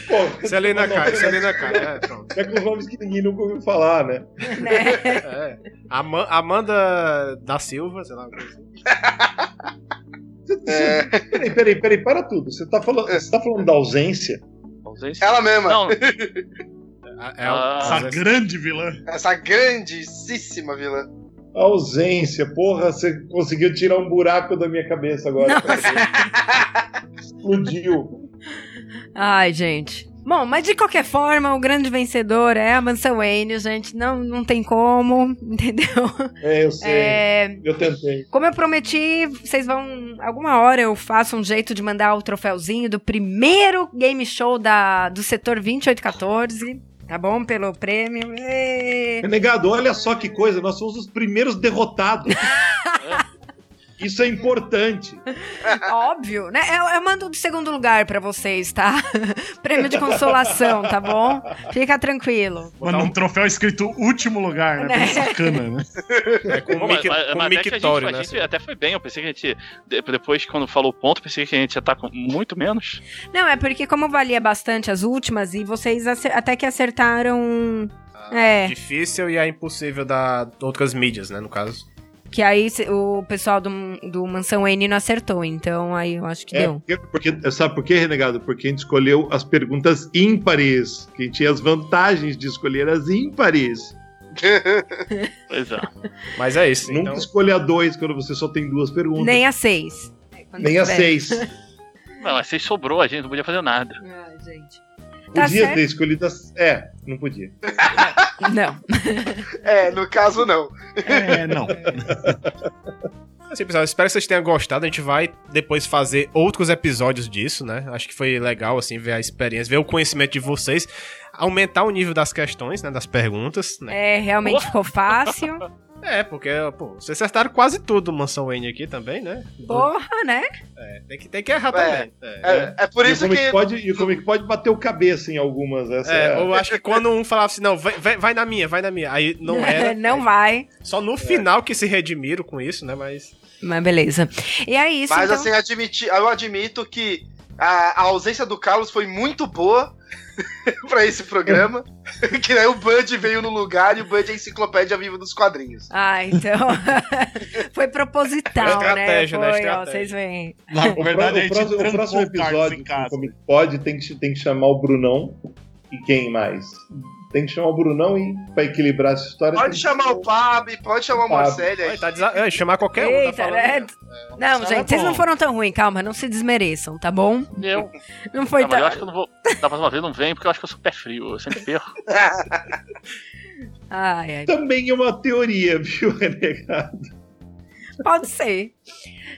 [SPEAKER 6] Pô,
[SPEAKER 3] Selena
[SPEAKER 6] não,
[SPEAKER 3] Kai,
[SPEAKER 6] não.
[SPEAKER 3] Selena Kai. É, pronto.
[SPEAKER 6] É com os nomes que ninguém nunca ouviu falar, né?
[SPEAKER 2] Né?
[SPEAKER 3] É. Ama- Amanda da Silva, sei lá. uma coisa assim.
[SPEAKER 6] Você- você-
[SPEAKER 4] É,
[SPEAKER 6] Peraí, peraí, peraí, para tudo. Você tá falando, você tá falando da ausência?
[SPEAKER 7] Ausência?
[SPEAKER 4] Ela mesma.
[SPEAKER 7] Não,
[SPEAKER 3] É, é a-
[SPEAKER 7] Ah.
[SPEAKER 5] Essa
[SPEAKER 3] às vezes-
[SPEAKER 5] grande vilã.
[SPEAKER 4] Essa grandíssima vilã.
[SPEAKER 6] A ausência, porra, você conseguiu tirar um buraco da minha cabeça agora. Explodiu.
[SPEAKER 2] Ai, gente. Bom, mas de qualquer forma, o grande vencedor é a Mansell Wayne, gente. Não, não tem como, entendeu?
[SPEAKER 6] É, eu sei.
[SPEAKER 2] É,
[SPEAKER 6] Eu tentei.
[SPEAKER 2] como eu prometi, vocês vão. Alguma hora eu faço um jeito de mandar o troféuzinho do primeiro game show da, do setor 2814. Tá bom? Pelo prêmio. Ê!
[SPEAKER 6] Renegado, olha só que coisa, nós somos os primeiros derrotados.
[SPEAKER 2] Tá
[SPEAKER 6] Isso é importante.
[SPEAKER 2] Óbvio, né? Eu, eu mando do segundo lugar pra vocês, tá? prêmio de consolação, tá bom? Fica tranquilo.
[SPEAKER 5] Mano, um troféu escrito último lugar, né? Bem sacana, né?
[SPEAKER 3] É com
[SPEAKER 7] Pô,
[SPEAKER 3] o
[SPEAKER 7] mas,
[SPEAKER 3] mic-
[SPEAKER 7] mas-
[SPEAKER 3] com
[SPEAKER 7] mas
[SPEAKER 3] o
[SPEAKER 7] até que a gente-
[SPEAKER 3] mictório,
[SPEAKER 7] a
[SPEAKER 3] né?
[SPEAKER 7] gente até foi bem, eu pensei que a gente. de- Depois, quando falou o ponto, pensei que a gente ia estar com muito menos.
[SPEAKER 2] Não, é porque como valia bastante as últimas e vocês acer- até que acertaram. É,
[SPEAKER 3] Difícil e a impossível da outras mídias, né? No caso.
[SPEAKER 2] que aí se- o pessoal do, do Mansão N não acertou, então aí eu acho que
[SPEAKER 6] É,
[SPEAKER 2] deu.
[SPEAKER 6] porque, porque- sabe por quê, Renegado? Porque a gente escolheu as perguntas ímpares. Que a gente tinha as vantagens de escolher as ímpares.
[SPEAKER 7] Pois é.
[SPEAKER 3] Mas é isso.
[SPEAKER 6] Nunca
[SPEAKER 3] então-
[SPEAKER 6] escolha dois quando você só tem duas perguntas.
[SPEAKER 2] Nem a seis. É, Quando
[SPEAKER 6] Nem a
[SPEAKER 2] tiver.
[SPEAKER 6] seis.
[SPEAKER 7] Não, mas vocês sobrou, a gente não podia fazer nada.
[SPEAKER 2] Ah, gente. Tá
[SPEAKER 6] Podia
[SPEAKER 2] certo?
[SPEAKER 6] ter escolhido as... É, não podia.
[SPEAKER 2] Não.
[SPEAKER 4] É, no caso não.
[SPEAKER 5] É, não.
[SPEAKER 3] Assim, pessoal, espero que vocês tenham gostado. A gente vai depois fazer outros episódios disso, né? Acho que foi legal, assim, ver a experiência, ver o conhecimento de vocês, aumentar o nível das questões, né? Das perguntas, né?
[SPEAKER 2] É, realmente ficou fácil.
[SPEAKER 3] É, porque, pô, vocês acertaram quase tudo, Mansão Wayne aqui também, né?
[SPEAKER 2] Porra, né?
[SPEAKER 3] É, tem, que, tem que errar
[SPEAKER 4] É,
[SPEAKER 3] também.
[SPEAKER 4] É, é por
[SPEAKER 6] e
[SPEAKER 4] isso
[SPEAKER 6] o Comic
[SPEAKER 4] que.
[SPEAKER 6] Pod, e é o Comic Pod bateu cabeça em algumas. Essa
[SPEAKER 3] É,
[SPEAKER 6] é,
[SPEAKER 3] eu acho que quando um falava assim, não, vai, vai, vai na minha, vai na minha. Aí não era.
[SPEAKER 2] não vai.
[SPEAKER 3] Só
[SPEAKER 6] É.
[SPEAKER 3] no final que se redimiram com isso, né? Mas.
[SPEAKER 2] Mas beleza. E é isso.
[SPEAKER 4] Mas
[SPEAKER 2] então.
[SPEAKER 4] assim, admiti, eu admito que a, a ausência do Carlos foi muito boa pra esse programa. que aí o Bud veio no lugar e o Bud é a enciclopédia viva dos quadrinhos.
[SPEAKER 2] Ah, então. foi proposital,
[SPEAKER 3] Foi estratégia,
[SPEAKER 2] né?
[SPEAKER 3] né?
[SPEAKER 2] Foi, ó,
[SPEAKER 3] Estratégia.
[SPEAKER 2] vocês veem.
[SPEAKER 5] Na
[SPEAKER 6] O,
[SPEAKER 5] verdade,
[SPEAKER 6] pró-
[SPEAKER 5] a
[SPEAKER 6] o próximo,
[SPEAKER 5] gente
[SPEAKER 6] o
[SPEAKER 5] trancou
[SPEAKER 6] próximo
[SPEAKER 5] o Carlos
[SPEAKER 6] episódio é
[SPEAKER 5] em
[SPEAKER 6] do
[SPEAKER 5] casa.
[SPEAKER 6] Comic Pod tem que, tem que chamar o Brunão. E quem mais? Tem que chamar o Brunão e, pra equilibrar essa história...
[SPEAKER 4] Pode
[SPEAKER 6] tem que-
[SPEAKER 4] chamar o Pab, pode chamar o
[SPEAKER 6] Pab.
[SPEAKER 4] Marcelo. aí.
[SPEAKER 3] Olha, tá desa... é, chamar qualquer um. tá
[SPEAKER 2] Eita,
[SPEAKER 3] falando,
[SPEAKER 2] né?
[SPEAKER 3] né?
[SPEAKER 2] Não,
[SPEAKER 5] Sara
[SPEAKER 2] gente,
[SPEAKER 5] é
[SPEAKER 2] vocês
[SPEAKER 5] bom.
[SPEAKER 2] não foram tão ruim, calma, não se desmereçam, tá bom?
[SPEAKER 7] Eu.
[SPEAKER 2] Não foi
[SPEAKER 3] Tá
[SPEAKER 7] Ah, mas eu
[SPEAKER 2] tão.
[SPEAKER 7] acho que eu não vou. Da próxima vez não vem, porque eu acho que eu sou pé frio, eu sempre perco.
[SPEAKER 2] Ai, ai.
[SPEAKER 6] Também é uma teoria, viu, Renegado?
[SPEAKER 2] Pode ser.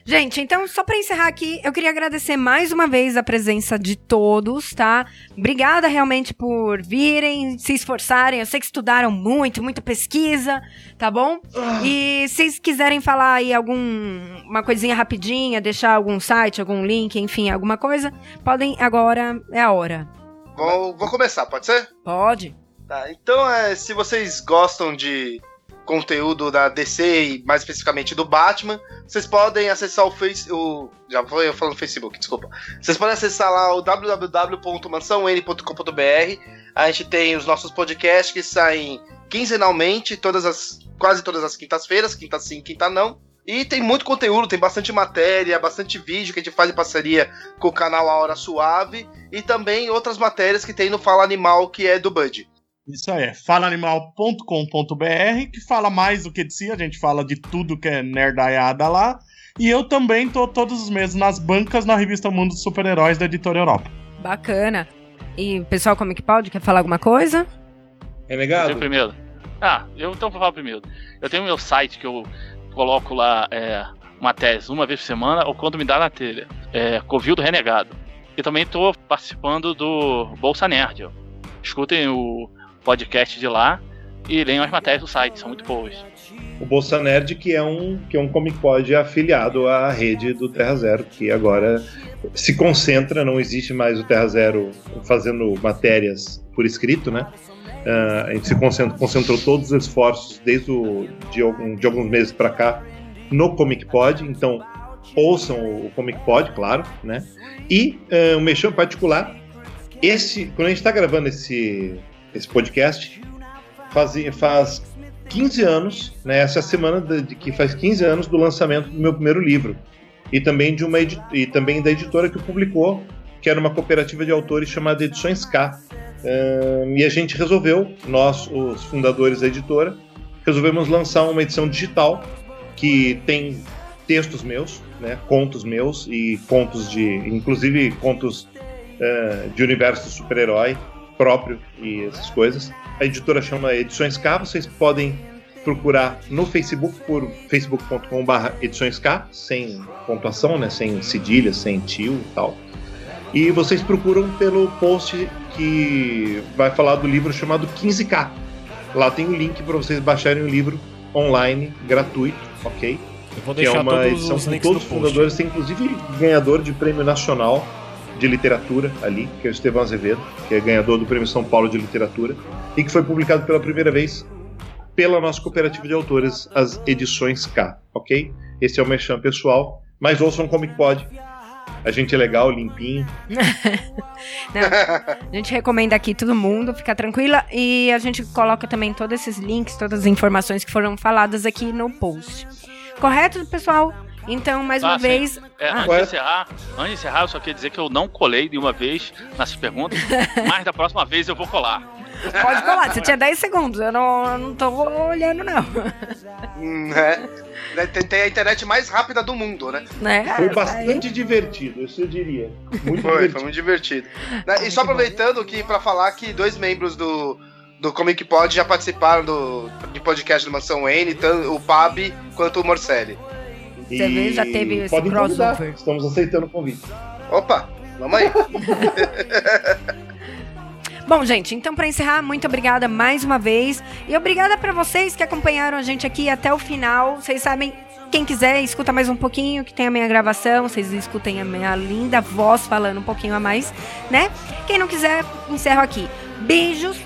[SPEAKER 2] Gente, então, só pra encerrar aqui, eu queria agradecer mais uma vez a presença de todos, tá? Obrigada realmente por virem, se esforçarem. Eu sei que estudaram muito, muita pesquisa, tá bom? E se vocês quiserem falar aí alguma coisinha rapidinha, deixar algum site, algum link, enfim, alguma coisa, podem agora, é a hora.
[SPEAKER 4] Vou, vou começar, pode ser?
[SPEAKER 2] Pode?
[SPEAKER 4] Tá, então é, se vocês gostam de conteúdo da DC e mais especificamente do Batman, vocês podem acessar o Face, o já foi eu falando Facebook, desculpa. Vocês podem acessar lá o www.mansãon.com.br. A gente tem os nossos podcasts que saem quinzenalmente, todas as quase todas as quintas-feiras, quinta sim, quinta não. E tem muito conteúdo, tem bastante matéria, bastante vídeo que a gente faz em parceria com o canal A Hora Suave e também outras matérias que tem no Fala Animal que é do Bud.
[SPEAKER 5] Isso aí, é falaanimal.com.br, que fala mais do que de si, a gente fala de tudo que é nerdaiada lá. E eu também tô todos os meses nas bancas na revista Mundo dos Super-Heróis da Editora Europa.
[SPEAKER 2] Bacana. E o pessoal Comic Pod quer falar alguma coisa?
[SPEAKER 7] Eu
[SPEAKER 6] Renegado?
[SPEAKER 7] primeiro. Ah, eu então vou falar primeiro. Eu tenho meu site que eu coloco lá é, uma tese uma vez por semana ou quando me dá na telha. É Covil do Renegado. E também estou participando do Bolsa Nerd. ó. Escutem o podcast de lá e leiam as matérias do site, são muito boas.
[SPEAKER 6] O Bolsa Nerd, que é um, que é um Comic Pod afiliado à rede do Terra Zero, que agora se concentra, não existe mais o Terra Zero fazendo matérias por escrito, né? Ah, a gente se concentrou, concentrou todos os esforços desde o, de, algum- de alguns meses para cá no Comic Pod, então ouçam o Comic Pod, claro, né? E ah, o mexão particular, esse, quando a gente está gravando esse, esse podcast, faz, faz 15 anos, né, essa semana de, de que faz 15 anos do lançamento do meu primeiro livro. E também de uma edi- e também da editora que o publicou, que era uma cooperativa de autores chamada Edições K. Ahn, e a gente resolveu, nós, os fundadores da editora, resolvemos lançar uma edição digital que tem textos meus, né, contos meus e contos de, inclusive contos ah, de universo super-herói próprio e essas coisas. A editora chama Edições K, vocês podem procurar no Facebook por facebook.com.br edições K, sem pontuação, né? Sem cedilha, sem tio e tal. E vocês procuram pelo post que vai falar do livro chamado 15K. Lá tem o link para vocês baixarem o livro online, gratuito, ok?
[SPEAKER 3] Eu vou
[SPEAKER 6] que é
[SPEAKER 3] deixar
[SPEAKER 6] uma
[SPEAKER 3] todos
[SPEAKER 6] edição
[SPEAKER 3] os
[SPEAKER 6] com
[SPEAKER 3] links no
[SPEAKER 6] todos os
[SPEAKER 3] post.
[SPEAKER 6] fundadores, tem inclusive ganhador de prêmio nacional de literatura ali, que é o Estevão Azevedo, que é ganhador do prêmio São Paulo de literatura, e que foi publicado pela primeira vez pela nossa cooperativa de autores, as edições K, ok? Esse é o merchan pessoal, mas ouçam como que pode. A gente é legal, limpinho.
[SPEAKER 2] A gente recomenda aqui todo mundo, fica tranquila. E a gente coloca também todos esses links, todas as informações que foram faladas aqui no post. Correto, pessoal? Então, mais uma
[SPEAKER 7] Ah, sim.
[SPEAKER 2] vez,
[SPEAKER 7] É,
[SPEAKER 2] Ah.
[SPEAKER 7] antes,
[SPEAKER 6] Ué?
[SPEAKER 7] de encerrar, antes de encerrar, eu só queria dizer que eu não colei de uma vez nessas perguntas, mas da próxima vez eu vou colar.
[SPEAKER 2] pode colar. Você tinha 10 segundos, eu não, eu não tô olhando, não.
[SPEAKER 4] Hum, é. Tem, tem a internet mais rápida do mundo, né?
[SPEAKER 2] Né?
[SPEAKER 6] Foi bastante divertido, isso eu diria. Muito
[SPEAKER 4] Foi,
[SPEAKER 6] divertido.
[SPEAKER 4] foi muito divertido. Né, E só aproveitando que pra falar que dois membros do, do Comic Pod já participaram do, de podcast do Mansão Wayne, tanto o Pab quanto o Morcelli.
[SPEAKER 2] Você vê, já teve esse
[SPEAKER 6] podem convidar,
[SPEAKER 2] crossover.
[SPEAKER 6] Estamos aceitando o convite.
[SPEAKER 4] Opa, vamos aí.
[SPEAKER 2] Bom, gente, então para encerrar, muito obrigada mais uma vez. E obrigada para vocês que acompanharam a gente aqui até o final. Vocês sabem, quem quiser, escuta mais um pouquinho, que tem a minha gravação. Vocês escutem a minha linda voz falando um pouquinho a mais, né? Quem não quiser, encerro aqui. Beijos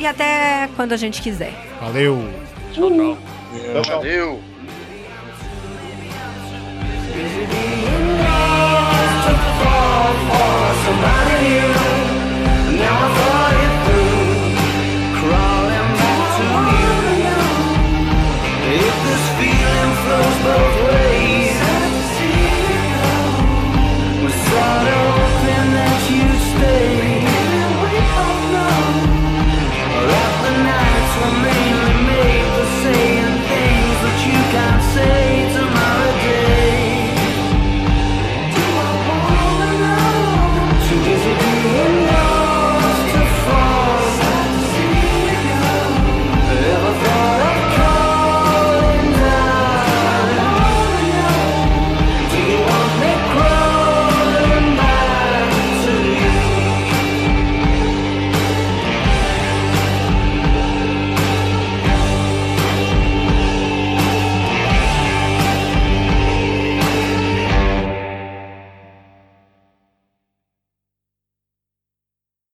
[SPEAKER 2] e até quando a gente quiser.
[SPEAKER 3] Valeu!
[SPEAKER 7] Tchau, tchau.
[SPEAKER 6] Então,
[SPEAKER 4] Valeu.
[SPEAKER 8] Somebody